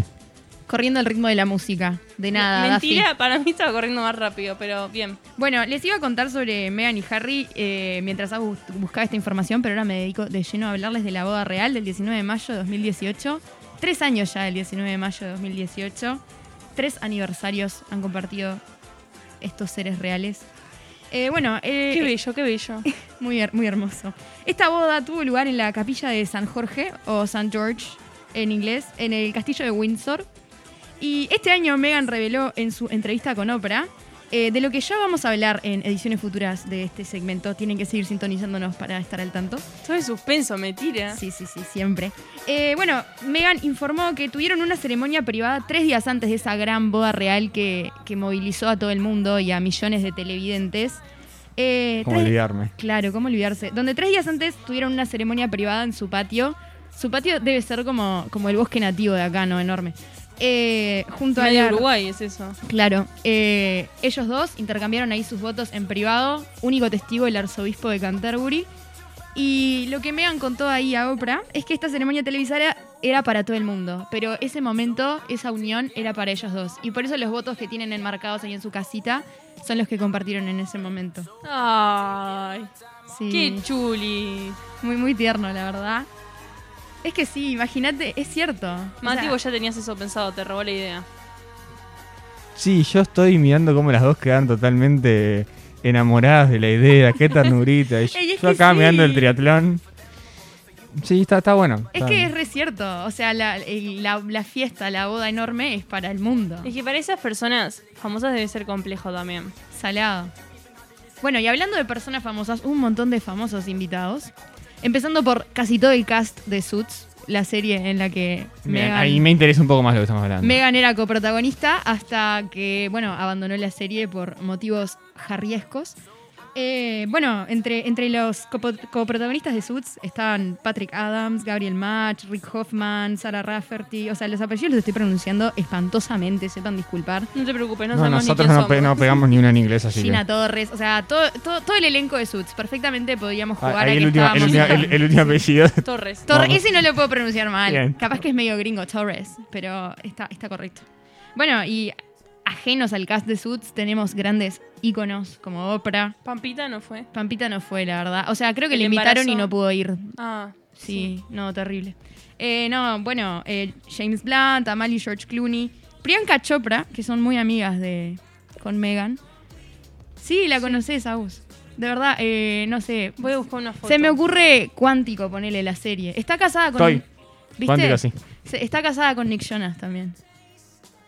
Corriendo al ritmo de la música. De nada.
Mentira,
Dafi.
para mí estaba corriendo más rápido, pero bien.
Bueno, les iba a contar sobre Megan y Harry eh, mientras Agus buscaba esta información, pero ahora me dedico de lleno a hablarles de la boda real del 19 de mayo de 2018. Tres años ya del 19 de mayo de 2018. Tres aniversarios han compartido estos seres reales. Eh, bueno, eh,
Qué bello, qué bello.
Muy, her- muy hermoso. Esta boda tuvo lugar en la capilla de San Jorge, o San George en inglés, en el castillo de Windsor. Y este año Meghan reveló en su entrevista con Oprah, eh, de lo que ya vamos a hablar en ediciones futuras de este segmento. Tienen que seguir sintonizándonos para estar al tanto.
Todo el suspenso me tira.
Sí, sí, sí, siempre. Eh, bueno, Megan informó que tuvieron una ceremonia privada tres días antes de esa gran boda real que, que movilizó a todo el mundo y a millones de televidentes. Eh,
Como
tres-
olvidarme.
Claro, ¿cómo olvidarse? Donde tres días antes tuvieron una ceremonia privada en su patio. Su patio debe ser como, como el bosque nativo de acá, ¿no? Enorme. eh, junto a
Medio
la-
Uruguay es eso.
Claro, eh, ellos dos intercambiaron ahí sus votos en privado, único testigo el arzobispo de Canterbury. Y lo que Megan contó ahí a Oprah es que esta ceremonia televisada era para todo el mundo, pero ese momento, esa unión era para ellos dos. Y por eso los votos que tienen enmarcados ahí en su casita son los que compartieron en ese momento.
Ay,
Sí,
qué chuli.
muy, muy tierno, la verdad. Es que sí, imagínate, es cierto. O
Mati,
sea,
vos ya tenías eso pensado, te robó la idea.
Sí, yo estoy mirando cómo las dos quedan totalmente enamoradas de la idea. Qué ternurita. Y yo,
Ey, es
yo
que
acá
sí.
mirando el triatlón. Sí, está, está bueno.
Es
Está-
que es re cierto, o sea, la, el- la- la fiesta, la boda enorme es para el mundo.
Es que para esas personas famosas debe ser complejo también.
Salado. Bueno, y hablando de personas famosas, un montón de famosos invitados. Empezando por casi todo el cast de Suits, la serie en la que
Bien,
Megan,
ahí me interesa un poco más lo que estamos hablando.
Megan era coprotagonista hasta que, bueno, abandonó la serie por motivos jarriescos. Eh, bueno, entre, entre los copo- coprotagonistas de Suits están Patrick Adams, Gabriel Match, Rick Hoffman, Sarah Rafferty. O sea, los apellidos los estoy pronunciando espantosamente, sepan disculpar.
No te preocupes, no,
No,
sabemos
nosotros
ni quién
no, pe- no
somos.
pegamos ni una en inglés, así que.
Gina Torres, o sea, todo, todo, todo el elenco de Suits. Perfectamente podíamos
Ah,
jugar a
Ahí
que
el último, el,
estábamos-
último, el- el último apellido.
Torres.
Torres,
Vamos.
ese no lo puedo pronunciar mal.
Bien.
Capaz que es medio gringo, Torres, pero está, está correcto. Bueno, y ajenos al cast de Suits tenemos grandes íconos como Oprah.
Pampita no fue.
Pampita no fue, la verdad. O sea, creo que
El
le invitaron
embarazo.
y no pudo ir.
Ah,
Sí, no, terrible. Eh, no, bueno, eh, James Blunt, Amal y George Clooney. Priyanka Chopra, que son muy amigas de con Megan. Sí, la conoces, Agus. De verdad, eh, no sé.
voy a buscar una foto.
Se me ocurre Cuántico, ponele la serie. Está casada con.
Estoy. Cuántico, sí.
Se- Está casada con Nick Jonas también.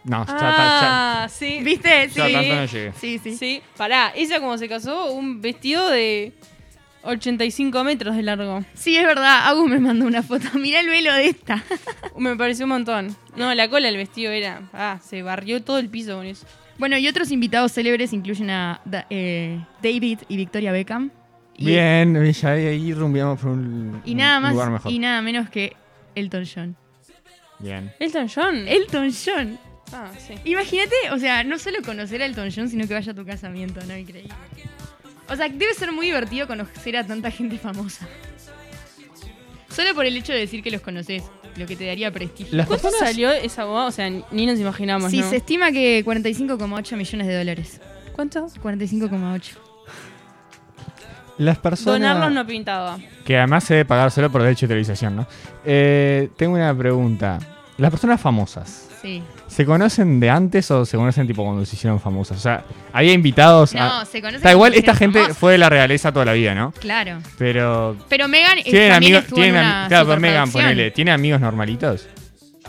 No, ya, está,
Ah, sí.
¿Viste?
ya, ya tanto no llegué.
Sí, sí.
Sí, pará, ella como se casó, un vestido de 85 metros de largo.
Sí, es verdad. Agus me mandó una foto. Mirá el velo de esta.
Me pareció un montón. No, la cola del vestido era. Ah, se barrió todo el piso con eso.
Bueno, y otros invitados célebres incluyen a Da- eh, David y Victoria Beckham. Y-
Bien, y ya ahí, ahí rumbeamos por un,
Y nada
un lugar
más
mejor.
y nada menos que Elton John.
Bien.
Elton John.
Elton John.
Ah, sí.
Imagínate, o sea, no solo conocer a Elton John, sino que vaya a tu casamiento, ¿no? Increíble. O sea, debe ser muy divertido conocer a tanta gente famosa. Solo por el hecho de decir que los conoces, lo que te daría prestigio.
Las
¿Cuánto
personas-
salió esa boda? O sea, ni nos imaginamos,
Sí,
¿no?
se estima que 45,8 millones de dólares.
¿Cuánto?
45,8.
Las personas.
Donarlos no pintaba.
Que además se debe pagar solo por derecho de utilización, ¿no? Eh, tengo una pregunta. Las personas famosas,
Sí.
¿se conocen de antes o se conocen tipo cuando se hicieron famosas? O sea, había invitados.
No,
a-
se
Ah,
conoce.
Está igual, esta gente
famosos.
fue de la realeza toda la vida, ¿no?
Claro.
Pero.
Pero Megan eh,
¿Tienen
también
amigos?
estuvo
Tienen
en
ami-
una
claro, pero Megan,
superproducción.
ponele. ¿Tiene amigos normalitos?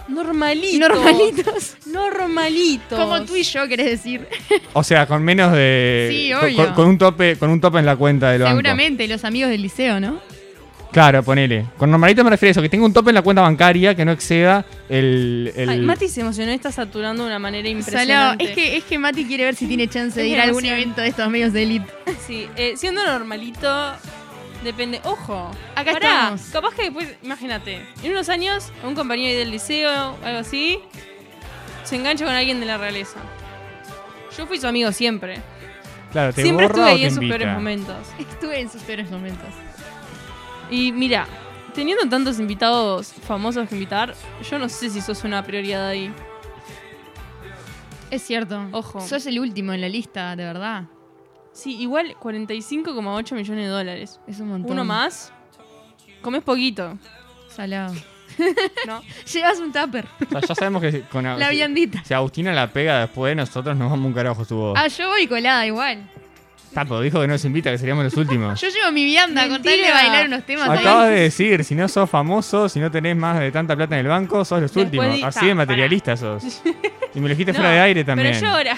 Normalito.
Normalitos.
Normalito.
Como tú y yo, querés decir.
O sea, con menos de.
Sí,
con-
obvio.
Con, con un tope, con un tope en la cuenta del banco.
Seguramente, los amigos del liceo, ¿no?
Claro, ponele. Con normalito me refiero a eso, que tenga un tope en la cuenta bancaria que no exceda el. el-
Ay, Mati se emocionó, está saturando de una manera
Salado.
impresionante.
Es que, es que Mati quiere ver si tiene chance de
Es
ir a algún
demasiado.
evento de estos medios de elite.
Sí, eh, siendo normalito, depende. Ojo,
Acá
pará,
estamos.
Capaz que después, imagínate, en unos años, un compañero ahí del liceo, algo así, se engancha con alguien de la realeza. Yo fui su amigo siempre.
claro, te
siempre
borra
estuve
o
ahí
te
en sus
invita.
peores momentos.
Estuve en sus peores momentos.
Y mira, teniendo tantos invitados famosos que invitar, yo no sé si sos una prioridad ahí.
Es cierto.
Ojo.
Sos el último en la lista, de verdad.
Sí, igual 45,8 millones de dólares.
Es un montón.
Uno más, comes poquito,
Salado.
¿no?
Llevas un tupper.
O sea, ya sabemos que si- con
La viandita.
Si Agustina la pega después, nosotros nos vamos un carajo su voz.
Ah, yo voy colada igual.
Tapo, dijo que no nos invita, que seríamos los últimos.
Yo llevo mi vianda con tal de
Mentira.
bailar unos temas. ahí.
Acabas de decir, si no sos famoso, si no tenés más de tanta plata en el banco, sos los
Después
últimos.
di-
Así
ta,
de materialista sos. Y me lo dijiste fuera de
No,
aire también.
Pero llora.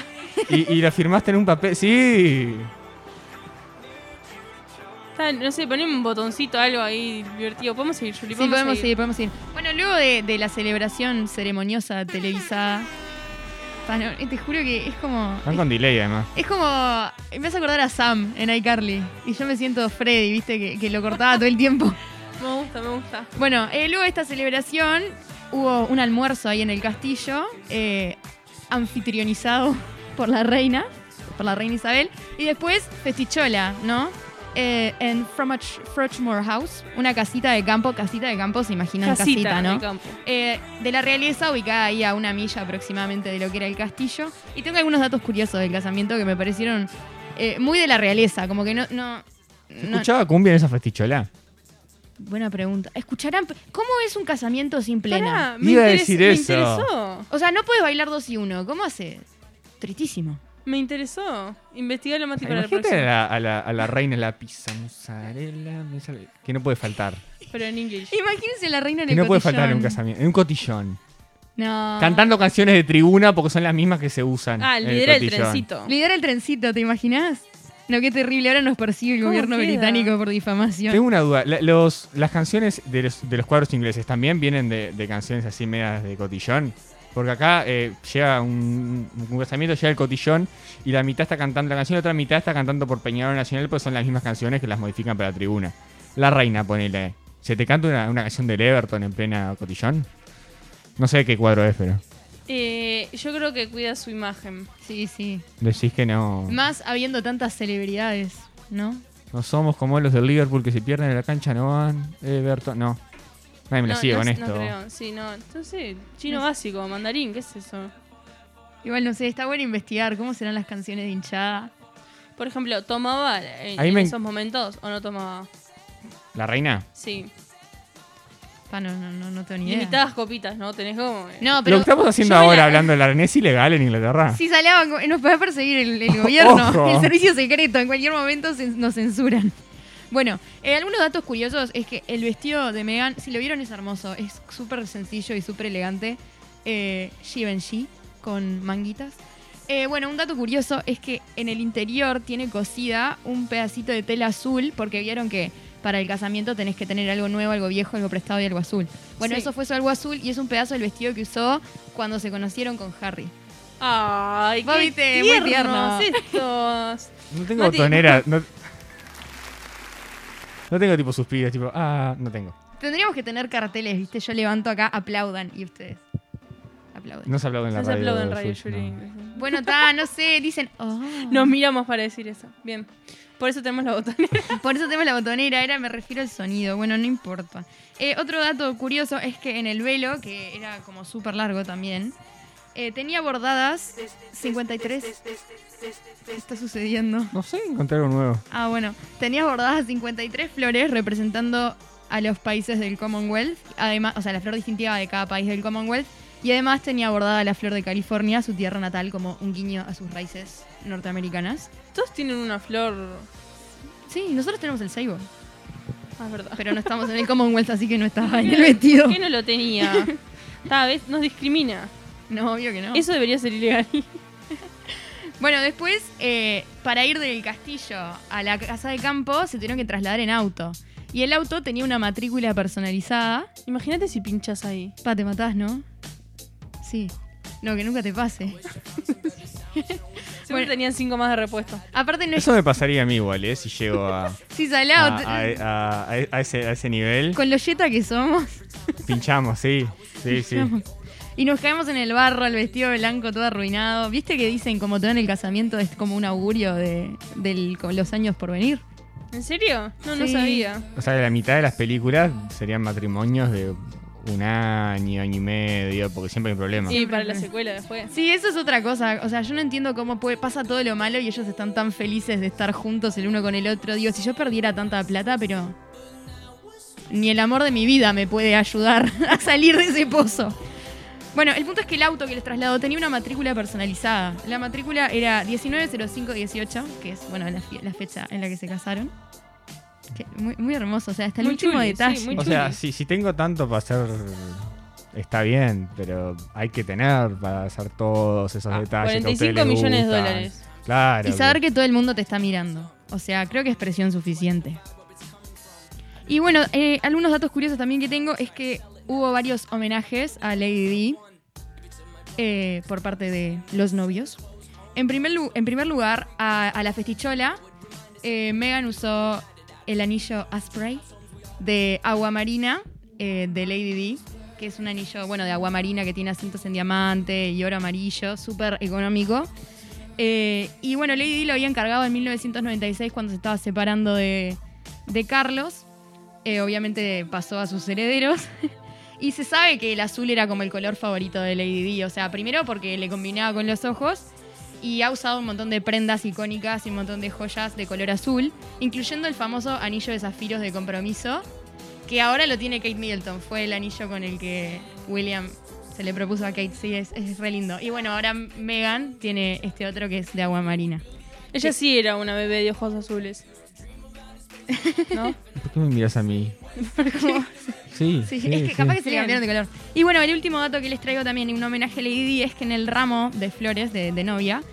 Y, y la firmaste en un papel. Sí.
Está, no sé, poneme un botoncito, algo ahí divertido. ¿Podemos seguir, Juli?
Sí, podemos seguir, podemos seguir. Bueno, luego de, de la celebración ceremoniosa televisada. Pa, no, eh, te juro que es como.
Van con delay además.
Es como. Me hace acordar a Sam en iCarly. Y yo me siento Freddy, viste, que, que lo cortaba todo el tiempo.
Me gusta, me gusta.
Bueno, eh, luego de esta celebración, hubo un almuerzo ahí en el castillo, eh, anfitrionizado por la reina, por la reina Isabel, y después festichola, ¿no? Eh, en Fromage- Frochmore House, una casita de campo, casita de campo, se imaginan casita,
Casita,
¿no?
de campo.
Eh, de la realeza ubicada ahí a una milla aproximadamente de lo que era el castillo. Y tengo algunos datos curiosos del casamiento que me parecieron eh, muy de la realeza, como que no... no
¿Se
no-
escuchaba cumbia en esa festichola?
buena pregunta. ¿Escucharán? ¿Cómo es un casamiento sin
Pará,
plena?
Iba a
interes-
decir
me
eso.
interesó.
O sea, no puedes bailar dos y uno. ¿Cómo hace? Tristísimo.
Me interesó. Investigalo, Mati, para la
Imagínate a
próxima.
la, a la- a la reina la pizza, mozzarella, me sale- que no puede faltar.
Pero en inglés.
Imagínense la reina en
Que
el
no puede
cotillón.
faltar en un casamiento, en un cotillón.
No.
Cantando canciones de tribuna porque son las mismas que se usan.
Ah,
en
el lidera el
cotillón.
trencito.
Lidera el trencito, ¿te imaginas? No, qué terrible. Ahora nos persigue el
¿Cómo
gobierno
queda?
británico por difamación.
Tengo una duda. La- los, ¿Las canciones de los, de los cuadros ingleses también vienen de, de canciones así medias de cotillón? Porque acá eh, llega un, un casamiento, llega el cotillón y la mitad está cantando la canción y la otra mitad está cantando por Peñarol Nacional, pues son las mismas canciones que las modifican para la tribuna. La reina, ponele. ¿Se te canta una, una canción del Everton en plena cotillón? No sé qué cuadro es, pero
Eh, yo creo que cuida su imagen.
Sí, sí.
decís que no.
Más habiendo tantas celebridades, ¿no?
No somos como los del Liverpool que se pierden en la cancha, no van. Everton, no. Nadie me la
no,
sigue
no
con
sé-
esto.
No creo. Sí, no. Entonces, chino
No sé.
básico, mandarín, ¿qué es eso?
Igual no sé, está bueno investigar cómo serán las canciones de hinchada.
Por ejemplo, ¿tomaba en,
Ahí
en
me-
esos momentos o no tomaba?
¿La reina?
Sí.
Pa, no, no, no, no tengo ni idea.
Limitadas copitas, ¿no? Tenés como... eh,
No,
Lo
pero
que estamos haciendo
yo me
ahora,
la-
hablando de la reina, es ilegal en Inglaterra.
Si salían, nos puede perseguir el, el gobierno,
Ojo.
el servicio secreto. En cualquier momento cen- nos censuran. Bueno, eh, algunos datos curiosos es que el vestido de Megan, si lo vieron, es hermoso. Es súper sencillo y súper elegante. Eh, Givenchy, con manguitas. Eh, bueno, un dato curioso es que en el interior tiene cosida un pedacito de tela azul, porque vieron que para el casamiento tenés que tener algo nuevo, algo viejo, algo prestado y algo azul. Bueno,
Sí.
eso fue su algo azul y es un pedazo del vestido que usó cuando se conocieron con Harry.
Ay,
Vos
qué
viste, muy
tiernos
tierno.
estos.
No tengo
Mati.
botonera. No, no tengo tipo suspiros, tipo, ah, no tengo.
Tendríamos que tener carteles, ¿viste? Yo levanto acá, aplaudan y ustedes aplauden.
No se aplauden en la
No se
radio.
aplauden Radio
Sush, no.
Yuri.
Bueno, está, no sé, dicen, oh.
Nos miramos para decir eso. Bien. Por eso tenemos la botonera.
Por eso tenemos la botonera, era, me refiero al sonido. Bueno, no importa. Eh, otro dato curioso es que en el velo, que era como súper largo también, eh, tenía bordadas 53. ¿Qué está sucediendo?
No sé, encontré algo nuevo.
Ah, bueno. Tenía bordadas 53 flores representando a los países del Commonwealth. Además, o sea, la flor distintiva de cada país del Commonwealth. Y además tenía bordada la flor de California, su tierra natal, como un guiño a sus raíces norteamericanas.
Todos tienen una flor.
Sí, nosotros tenemos el Seibo,
Ah, es verdad.
pero no estamos en el Commonwealth, así que no estaba en el vestido.
¿Por qué no lo tenía? Tal vez nos discrimina.
No, obvio que no.
Eso debería ser ilegal.
Bueno, después, eh, para ir del castillo a la casa de campo, se tuvieron que trasladar en auto. Y el auto tenía una matrícula personalizada.
Imagínate si pinchas ahí.
Pa, te matás, ¿no? Sí. No, que nunca te pase.
Siempre
Bueno.
tenían cinco más de repuesto.
Aparte no es
Eso Ah, me pasaría a mí igual, ¿eh? Si llego a, a,
si salado.
a- a- a- a ese, a ese nivel.
Con lo yeta que somos.
Pinchamos, sí. Sí, sí.
Y nos caemos en el barro, el vestido blanco todo arruinado. ¿Viste que dicen como todo en el casamiento es como un augurio de del- con los años por venir?
¿En serio? No, no
Sí.
sabía.
O sea, la mitad de las películas serían matrimonios de un año, año y medio, porque siempre hay problemas.
Sí, para la secuela después.
Sí, eso es otra cosa. O sea, yo no entiendo cómo puede, pasa todo lo malo y ellos están tan felices de estar juntos el uno con el otro. Digo, si yo perdiera tanta plata, pero ni el amor de mi vida me puede ayudar a salir de ese pozo. Bueno, el punto es que el auto que les trasladó tenía una matrícula personalizada. La matrícula era 190518, que es, bueno, la, fie- la fecha en la que se casaron. Que muy, muy hermoso, o sea, hasta el
Muy
último
chuli, sí,
detalle.
muy
O sea, si, si tengo tanto para hacer, está bien, pero hay que tener para hacer todos esos
Ah,
detalles. que a
45
ustedes les
millones de
gustan.
dólares.
Claro.
Y saber que todo el mundo te está mirando. O sea, creo que es presión suficiente. Y bueno, eh, algunos datos curiosos también que tengo es que hubo varios homenajes a Lady Di eh, por parte de los novios. En primer, lu- en primer lugar, a, a la festichola, eh, Megan usó el anillo Asprey de agua marina eh, de Lady Di, que es un anillo, bueno, de agua marina que tiene acentos en diamante y oro amarillo, súper económico. Eh, y bueno, Lady Di lo había encargado en 1996 cuando se estaba separando de, de Carlos. Eh, obviamente pasó a sus herederos. y se sabe que el azul era como el color favorito de Lady Di. O sea, primero porque le combinaba con los ojos. Y ha usado un montón de prendas icónicas y un montón de joyas de color azul, incluyendo el famoso anillo de zafiros de compromiso, que ahora lo tiene Kate Middleton. Fue el anillo con el que William se le propuso a Kate. Sí, es, es re lindo. Y bueno, ahora Megan tiene este otro que es de agua marina.
Ella sí era una bebé de ojos azules. ¿No?
¿Por qué me miras a mí? Sí,
Sí, es que capaz que se le cambiaron de color. Y bueno, el último dato que les traigo también en un homenaje a Lady Di es que en el ramo de flores de, de novia,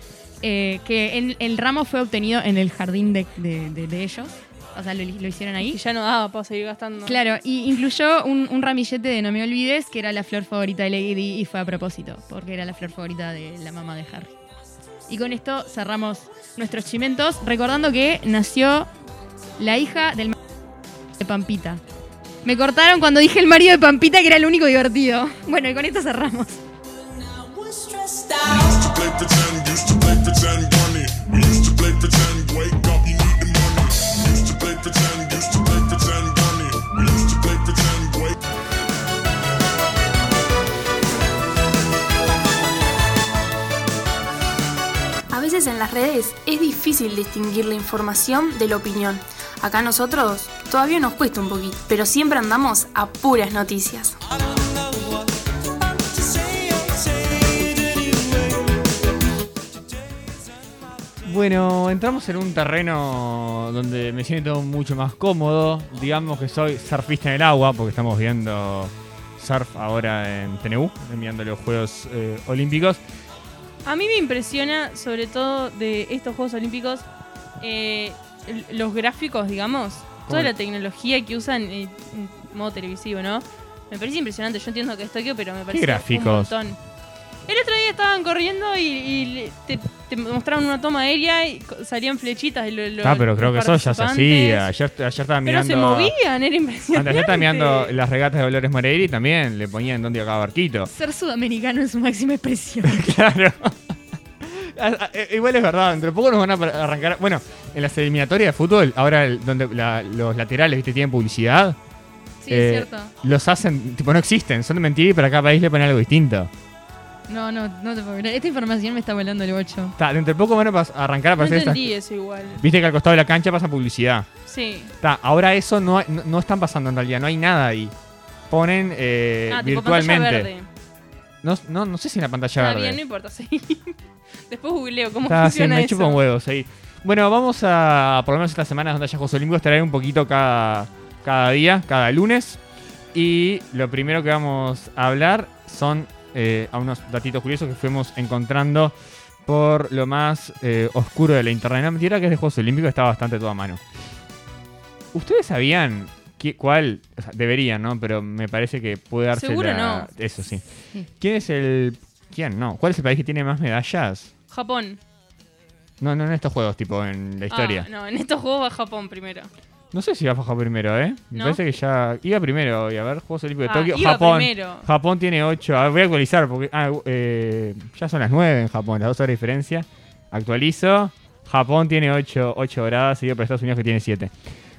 eh, que en- el ramo fue obtenido en el jardín de, de- de- de ellos, o sea, lo, lo hicieron
Y
ahí.
ya no daba para seguir gastando.
Claro, y incluyó un, un ramillete de No me olvides, que era la flor favorita de Lady Di y fue a propósito, porque era la flor favorita de la mamá de Harry. Y con esto cerramos nuestros chimentos, recordando que nació la hija del marido de Pampita. Me cortaron cuando dije el marido de Pampita, que era el único divertido. Bueno, y con esto cerramos.
Used to play pretend, used to play pretend, bunny. We used to play pretend, wake up, you need the money. Used to play pretend, used to play pretend, bunny. We used to play pretend, wake
A veces en las redes es difícil distinguir la información de la opinión. Acá a nosotros todavía nos cuesta un poquito, pero siempre andamos a puras noticias.
Bueno, entramos en un terreno donde me siento mucho más cómodo. Digamos que soy surfista en el agua, porque estamos viendo surf ahora en TNU, enviando los Juegos eh, Olímpicos.
A mí me impresiona, sobre todo de estos Juegos Olímpicos, eh, l- los gráficos, digamos, toda la tecnología que usan eh, en modo televisivo, ¿no? Me parece impresionante. Yo entiendo que es Tokio, pero me parece
gráficos?
un montón. El otro día estaban corriendo y, y le- te, te mostraron una toma aérea y co- salían flechitas. de lo- lo-
ah, pero creo que
los
eso ya se hacía.
participantes.
Ayer, ayer estaba
Pero
mirando.
se movían, era impresionante.
Antes ayer estaba mirando las regatas de Dolores Moreira y también le ponían donde acá barquito.
Ser sudamericano en su máxima expresión.
Claro. Ah, ah, eh, Igual es verdad, entre poco nos van a par- arrancar. Bueno, en las eliminatorias de fútbol, ahora el- donde la- los laterales ¿viste? tienen publicidad,
Sí,
Eh,
es cierto.
los hacen, tipo, no existen, son de mentira y para cada país le ponen algo distinto.
No, no, no te puedo creer. Esta información me está volando el bocho.
Ta, dentro de poco van a pas- arrancar a
No
aparecer estas.
entendí eso igual.
Viste que al costado de la cancha pasa publicidad.
Sí.
Ta, ahora eso no, hay- no, no están pasando en realidad, no hay nada ahí. Ponen eh,
ah, tipo pantalla
virtualmente.
verde.
No, no, no sé si en la pantalla
Está
verde.
bien, no importa, sí. Después googleo cómo
Está, sí,
funciona
me
eso.
chupan huevos ahí. Bueno, vamos a, por lo menos estas semanas donde haya Juegos Olímpicos, traer un poquito cada, cada día, cada lunes. Y lo primero que vamos a hablar son eh, a unos datitos curiosos que fuimos encontrando por lo más eh, oscuro de la internet. No, mentira que es de Juegos Olímpicos, está bastante todo a mano. ¿Ustedes sabían qué- cuál? o sea, deberían, ¿no? Pero me parece que puede darse
Seguro
la-
no.
Eso sí.
Sí.
¿Quién es el... ¿Quién? No. ¿Cuál es el país que tiene más medallas?
Japón.
No, no en estos juegos, tipo en la historia.
Ah, no, en estos juegos va Japón primero.
no. sé si va a Japón primero, ¿eh? Me
¿No?
parece que ya iba primero hoy. A ver, Juegos Olímpicos de
Ah,
Tokio.
iba
Japón.
primero.
Japón tiene 8. A ver, voy a actualizar porque ah, eh, ya son las 9 en Japón, las 2 horas de diferencia. Actualizo. Japón tiene 8, 8 gradas, seguido por Estados Unidos que tiene 7.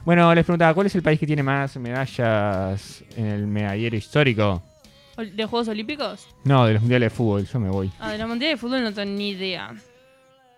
Bueno, les preguntaba, ¿cuál es el país que tiene más medallas en el medallero histórico?
Ol- ¿De Juegos Olímpicos?
No, de los mundiales de fútbol, yo me voy.
Ah, de la Mundial de Fútbol no tengo ni idea.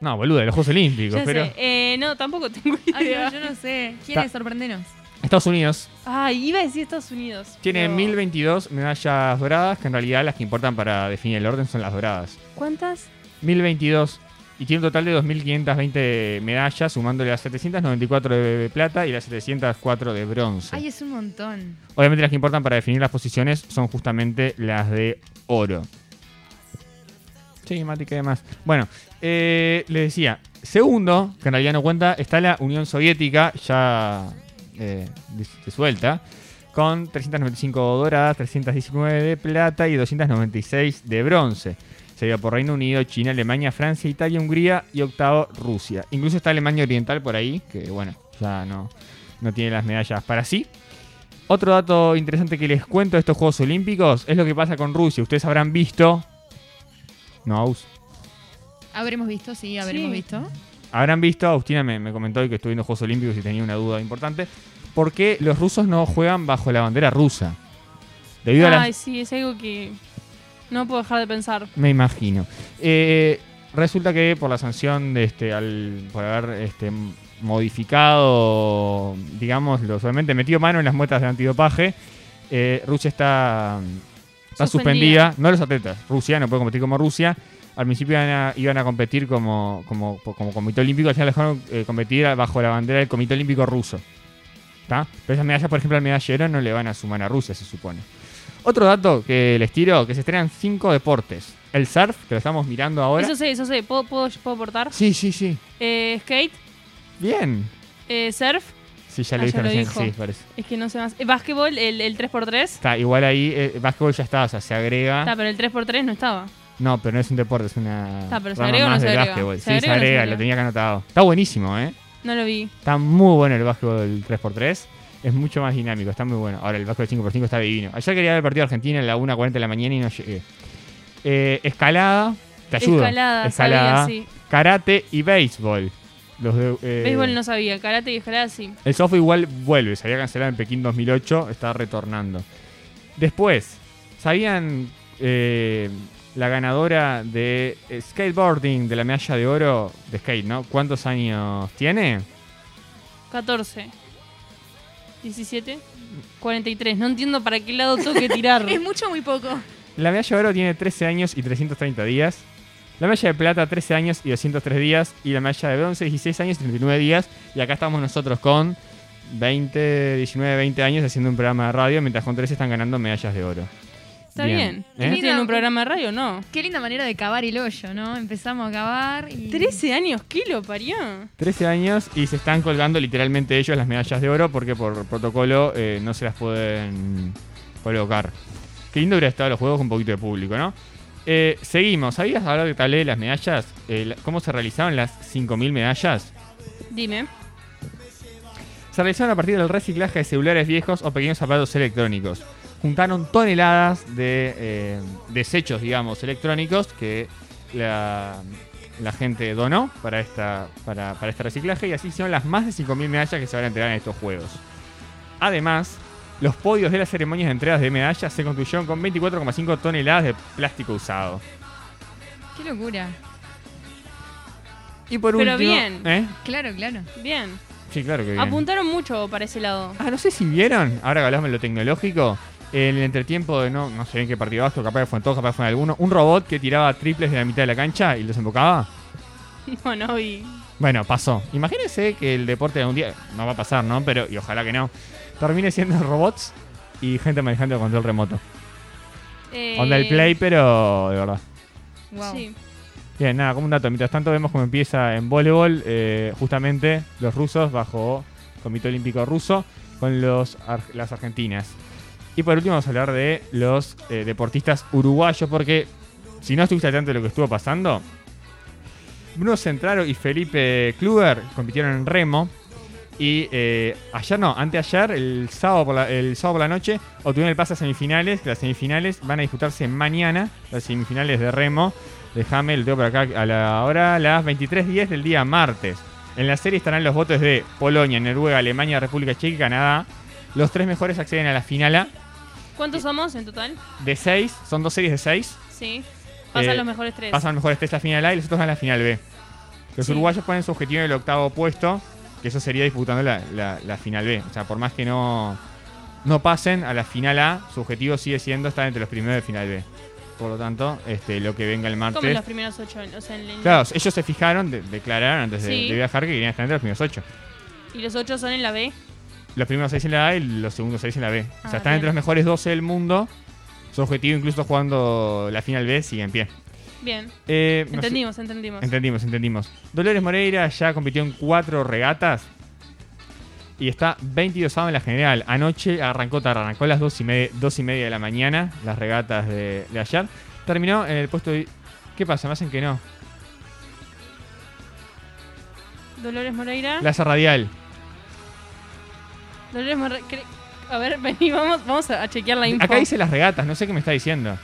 No, boludo, de los Juegos Olímpicos,
Ya
pero.
sé. Eh, no, tampoco tengo idea.
yo no sé.
¿Quiénes?
¿Quieres sorprendernos?
Estados Unidos
Ah, iba a decir Estados Unidos.
Tiene
pero-
1022 medallas doradas, que en realidad las que importan para definir el orden son las doradas.
¿Cuántas?
1022. Y tiene un total de 2.520 medallas, sumándole las 794 de plata y las 704 de bronce.
Ay, es un montón.
Obviamente las que importan para definir las posiciones son justamente las de oro. Sí, Mati, ¿qué más? Bueno, eh, les decía, segundo, que en realidad no cuenta, está la Unión Soviética ya eh, dis- disuelta, con 395 doradas, 319 de plata y 296 de bronce. Sería por Reino Unido, China, Alemania, Francia, Italia, Hungría y octavo Rusia. Incluso está Alemania Oriental por ahí, que bueno, ya no, no tiene las medallas para sí. Otro dato interesante que les cuento de estos Juegos Olímpicos es lo que pasa con Rusia. Ustedes habrán visto. No, aus.
Habremos visto, sí, habremos
Sí.
visto.
Habrán visto, Agustina me, me comentó hoy que estuve viendo Juegos Olímpicos y tenía una duda importante. ¿Por qué los rusos no juegan bajo la bandera rusa? Debido a las,
Ay, sí, es algo que no puedo dejar de pensar.
Me imagino. Eh, resulta que por la sanción de este, al, por haber este, m- modificado, digámoslo, solamente metido mano en las muestras de antidopaje, eh, Rusia está, está
Suspendida.
suspendida. No los atletas, Rusia no puede competir como Rusia. Al principio iban a, iban a competir como, como, como Comité Olímpico, al final los dejaron eh, competir bajo la bandera del Comité Olímpico ruso. ¿Está? Pero esas medallas, por ejemplo, al medallero no le van a sumar a Rusia, se supone. Otro dato que les tiro, que se estrenan cinco deportes. El surf, que lo estamos mirando ahora.
Eso sé, eso sé. ¿Puedo, puedo, puedo aportar?
Sí, sí, sí.
Eh, skate,
Bien.
eh, surf,
Sí, ya
Ah,
lo dije
ya lo
recién.
dijo.
Sí, parece.
es que no sé más. Eh, básquetbol, el, el 3x3.
Está, igual ahí, eh, básquetbol ya está, o sea, se agrega.
Está, pero el 3x3 no estaba.
No, pero no es un deporte, es una.
Está, pero se
rama
agrega o no
más
se
del
agrega.
básquetbol.
¿Se
sí, se
agrega o no se
agrega,
agrega?
lo tenía que anotado. Está buenísimo, ¿eh?
No lo vi.
Está muy bueno el básquetbol 3x3. Es mucho más dinámico, está muy bueno. Ahora el básquetbol 5x5 está divino. Ayer quería ver el partido de Argentina a la 1.40 de la mañana y no llegué. Eh, escalada, te ayudo.
Escalada,
Escalada,
sabía, sí.
karate y béisbol. Los de, eh,
Béisbol no sabía, karate y escalada sí.
El software igual vuelve, se había cancelado en Pekín 2008, está retornando. Después, ¿sabían eh, la ganadora de skateboarding de la medalla de oro de skate, no? ¿Cuántos años tiene?
14. 17. 43. No entiendo para qué lado tengo que tirar.
Es mucho o muy poco.
La medalla de oro tiene 13 años y 330 días. La medalla de plata, 13 años y 203 días. Y la medalla de bronce, 16 años y 39 días. Y acá estamos nosotros con 20, 19, 20 años haciendo un programa de radio, mientras con 13 están ganando medallas de oro.
Está bien.
¿Eh?
¿No tienen un programa de radio? No.
Qué linda manera de cavar el hoyo, ¿no? Empezamos a cavar y...
13 años, kilo, parió.
13 años y se están colgando literalmente ellos las medallas de oro porque por protocolo eh, no se las pueden colocar. Qué lindo hubiera estado los juegos con un poquito de público, ¿no? Eh, seguimos. ¿Sabías ahora que te hablé de las medallas? Eh, la- ¿Cómo se realizaban las 5.000 medallas?
Dime.
Se realizaron a partir del reciclaje de celulares viejos o pequeños aparatos electrónicos. Juntaron toneladas de eh, desechos, digamos, electrónicos que la, la gente donó para, esta, para, para este reciclaje y así hicieron las más de 5.000 medallas que se van a entregar en estos juegos. Además, los podios de las ceremonias de entregas de medallas se construyeron con 24,5 toneladas de plástico usado.
Qué locura.
Y por
Pero
último...
bien.
¿Eh?
Claro, claro.
Bien.
Sí, claro que bien.
Apuntaron mucho para ese lado.
Ah, no sé si vieron, ahora que hablamos de lo tecnológico, en el entretiempo de no, no sé en qué partido vasco, capaz que fue en todos, capaz que fue en alguno, un robot que tiraba triples de la mitad de la cancha y los embocaba.
No, no vi.
Bueno, pasó. Imagínense que el deporte de un día, no va a pasar, ¿no? Pero, y ojalá que no, termine siendo robots y gente manejando el control remoto.
Eh,
Onda el play, pero de verdad.
Wow.
Sí.
Bien, nada, como un dato. Mientras tanto vemos cómo empieza en voleibol eh, justamente los rusos bajo Comité Olímpico Ruso con los ar- las argentinas. Y por último vamos a hablar de los eh, deportistas uruguayos porque si no estuviste al tanto de lo que estuvo pasando, Bruno Centraro y Felipe Kluber compitieron en remo y eh, ayer no, anteayer, el sábado, por la, el sábado por la noche, obtuvieron el pase a semifinales. que Las semifinales van a disputarse mañana, las semifinales de remo. Déjame, lo tengo por acá a la hora, las 23.10 del día martes. En la serie estarán los votos de Polonia, Noruega, Alemania, República Checa y Canadá. Los tres mejores acceden a la final A
¿Cuántos somos en total?
de seis. Son dos series de seis.
Sí. Pasan
Eh,
los mejores tres.
Pasan los mejores tres a la final A y los otros a la final B. Los
Sí.
uruguayos ponen su objetivo en el octavo puesto, que eso sería disputando la, la- la final B. O sea, por más que no, no pasen a la final A, su objetivo sigue siendo estar entre los primeros de final B. Por lo tanto, este, lo que venga el
Como en
martes.
los primeros ocho. O sea, en- en-
Claro, ellos se fijaron, de- declararon antes de-
Sí.
de viajar que querían estar entre los primeros ocho.
Y los ocho son en la B.
Los primeros seis en la A y los segundos seis en la B. o
Ah,
sea, están entre
bien.
los mejores 12 del mundo. Su objetivo, incluso jugando la final B, sigue en pie.
Bien.
Eh, no sé-
Entendimos, entendimos.
Entendimos, entendimos. Dolores Moreira ya compitió en cuatro regatas y está 22 en la general. Anoche arrancó tarde, arrancó a las 2 y, media, dos y media de la mañana las regatas de, de ayer. Terminó en el puesto... de- ¿Qué pasa? Me hacen que no.
Dolores Moreira. Ah.
Plaza Radial.
Dolores Moreira. A ver, vení, vamos, vamos a a chequear la info.
Acá dice las regatas, no sé qué me está diciendo.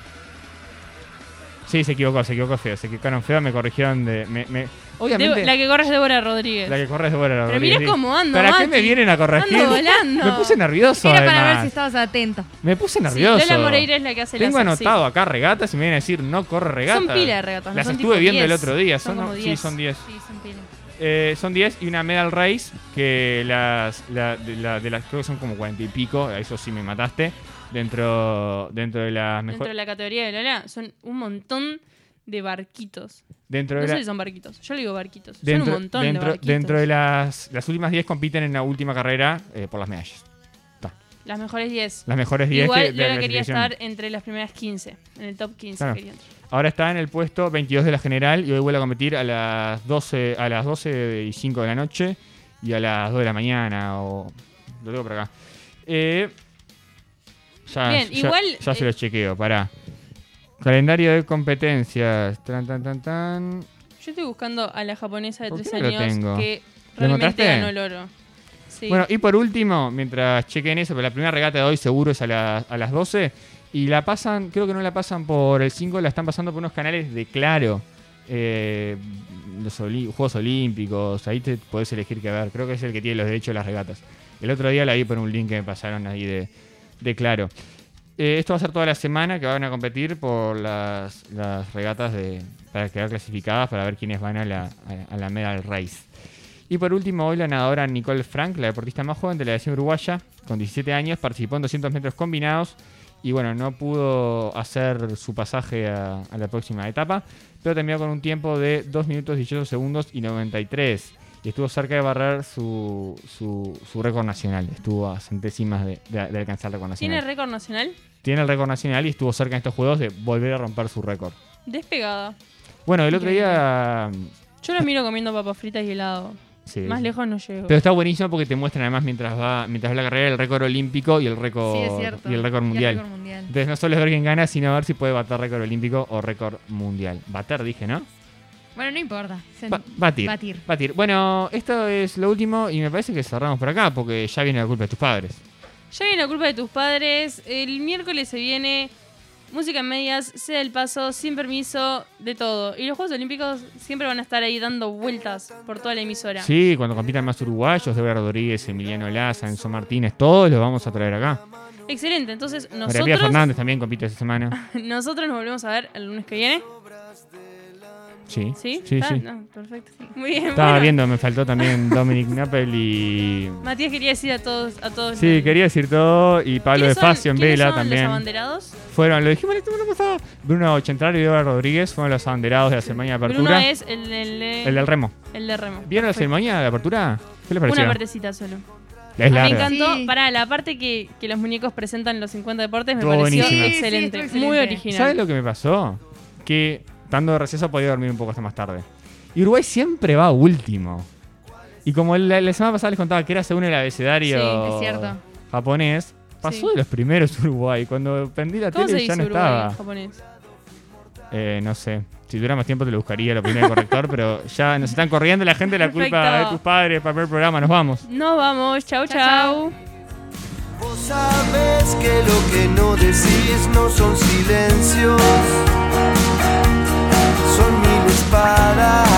Sí, se equivocó, se equivocó feo. Se equivocaron feo, me corrigieron de. me- me- Obviamente.
Debo- la que corre es Débora Rodríguez.
la que corre es Débora
Pero
Rodríguez.
mirá cómo ando,
¿Para qué
Mati.
me vienen a corregir?
Ando volando.
Me puse nervioso,
Era para ver
además.
si estabas atento.
Me puse
Sí,
nervioso.
Lola Moreira es la que hace
Tengo
las sí.
anotado acá regatas y me vienen a decir no corre regatas.
Son pila de regatas. no
Las
son
estuve
tipo
viendo
10,
el otro día. Son,
como
sí, son 10.
Sí, son pila.
Eh, son 10 y una medal race que las la- de, la- de las creo que son como 40 y pico, a eso sí me mataste. Dentro dentro de las
Dentro de
mejores
la categoría de Lola son un montón de barquitos.
dentro
No
de
sé
la-
si son barquitos. Yo le digo barquitos. son
dentro,
un montón de
dentro,
barquitos.
dentro de las las últimas 10 compiten en la última carrera eh, por las medallas.
Las mejores 10.
Las mejores 10 que-
Igual
de la
Lola quería
clasificación.
estar entre las primeras 15. En el top 15
Claro.
quería entrar.
Ahora está en el puesto 22 de la general y hoy vuelve a competir a las 12, a las 12 y 5 de la noche y a las 2 de la mañana o... Lo tengo por acá. Eh, ya,
Bien,
ya-
igual,
Ya se
eh,
lo chequeo, pará. Calendario de competencias. Tan, tan, tan, tan.
Yo estoy buscando a la japonesa de
¿Por
3
qué no lo
años
tengo?
que
¿Lo
realmente
encontraste?
ganó el oro. Sí.
Bueno, y por último, mientras chequen eso, pero la primera regata de hoy seguro es a, la- a las 12. Y la pasan, creo que no la pasan por el 5, la están pasando por unos canales de claro. Eh, los oli- Juegos Olímpicos, ahí te podés elegir qué ver. Creo que es el que tiene los derechos de las regatas. El otro día la vi por un link que me pasaron ahí de, de claro. Eh, esto va a ser toda la semana que van a competir por las, las regatas de, para quedar clasificadas, para ver quiénes van a la, a- a la medal race. Y por último, hoy la nadadora Nicole Frank, la deportista más joven de la edición uruguaya, con 17 años, participó en 200 metros combinados y bueno, no pudo hacer su pasaje a, a la próxima etapa, pero terminó con un tiempo de 2 minutos 18 segundos y 93. Y estuvo cerca de barrer su, su, su récord nacional. Estuvo a centésimas de, de- de alcanzar el récord
Tiene
nacional.
récord nacional
Tiene el récord nacional y estuvo cerca en estos juegos de volver a romper su récord.
despegada.
Bueno, el otro día... mm,
Yo la miro comiendo papas fritas y helado.
sí,
Más lejos no llego.
Pero está buenísimo porque te muestran además mientras va mientras va la carrera el récord olímpico y el récord
Sí, es cierto.
Oh, y el récord
Y
mundial.
récord mundial.
Entonces no solo es ver quién gana, sino ver si puede bater récord olímpico o récord mundial. Bater dije, ¿no?
Bueno, no importa. Se-
Ba- batir.
Batir.
Batir. Bueno, esto es lo último y me parece que cerramos por acá porque ya viene la culpa de tus padres.
Ya viene la culpa de tus padres. El miércoles se viene música en medias, sea el paso, sin permiso, de todo. Y los Juegos Olímpicos siempre van a estar ahí dando vueltas por toda la emisora.
Sí, cuando compitan más uruguayos, Débora Rodríguez, Emiliano Laza, Enzo Martínez, todos los vamos a traer acá.
Excelente, entonces
María Pía
nosotros,
Fernández también compite esta semana.
nosotros nos volvemos a ver el lunes que viene.
Sí.
¿Sí?
Sí,
¿Está?
sí.
No, perfecto. Muy bien.
Estaba
bueno.
viendo, me faltó también Dominic Napel y
Matías quería decir a todos. A todos
Sí, quería decir todo. Y Pablo de
¿Quiénes son-
Facio en
quiénes
vela
son Los
también.
abanderados.
Fueron, lo dijimos la semana pasada. Bruno Central y Débora Rodríguez fueron los abanderados de la ceremonia de apertura.
Bruno es el, del-
El del remo.
el de remo.
¿Vieron la
Perfecto.
ceremonia de apertura? ¿Qué les pareció?
Una partecita solo.
Es
Ah, me
larga.
encantó.
Sí.
Para la parte que, que los muñecos presentan los 50 deportes, me
Estuvo
pareció
buenísima. Sí,
sí,
excelente,
estuvo
Muy
excelente.
original.
¿Sabes lo que me pasó? Que estando de receso podía dormir un poco hasta más tarde. Y Uruguay siempre va último. Y como la, la semana pasada les contaba que era según el abecedario
Sí, es cierto.
japonés, pasó
Sí.
de los primeros Uruguay. Cuando prendí la
¿Cómo se
tele
dice
ya no
Uruguay
estaba.
en japonés?
Eh, no sé. Si tuviera más tiempo te lo buscaría la opinión del corrector, pero ya nos están corriendo la gente la culpa
Perfecto.
de tus padres para ver el programa. Nos vamos.
Nos vamos. Chau, chau.
Vos sabés que lo que no decís no son silencios, son miles para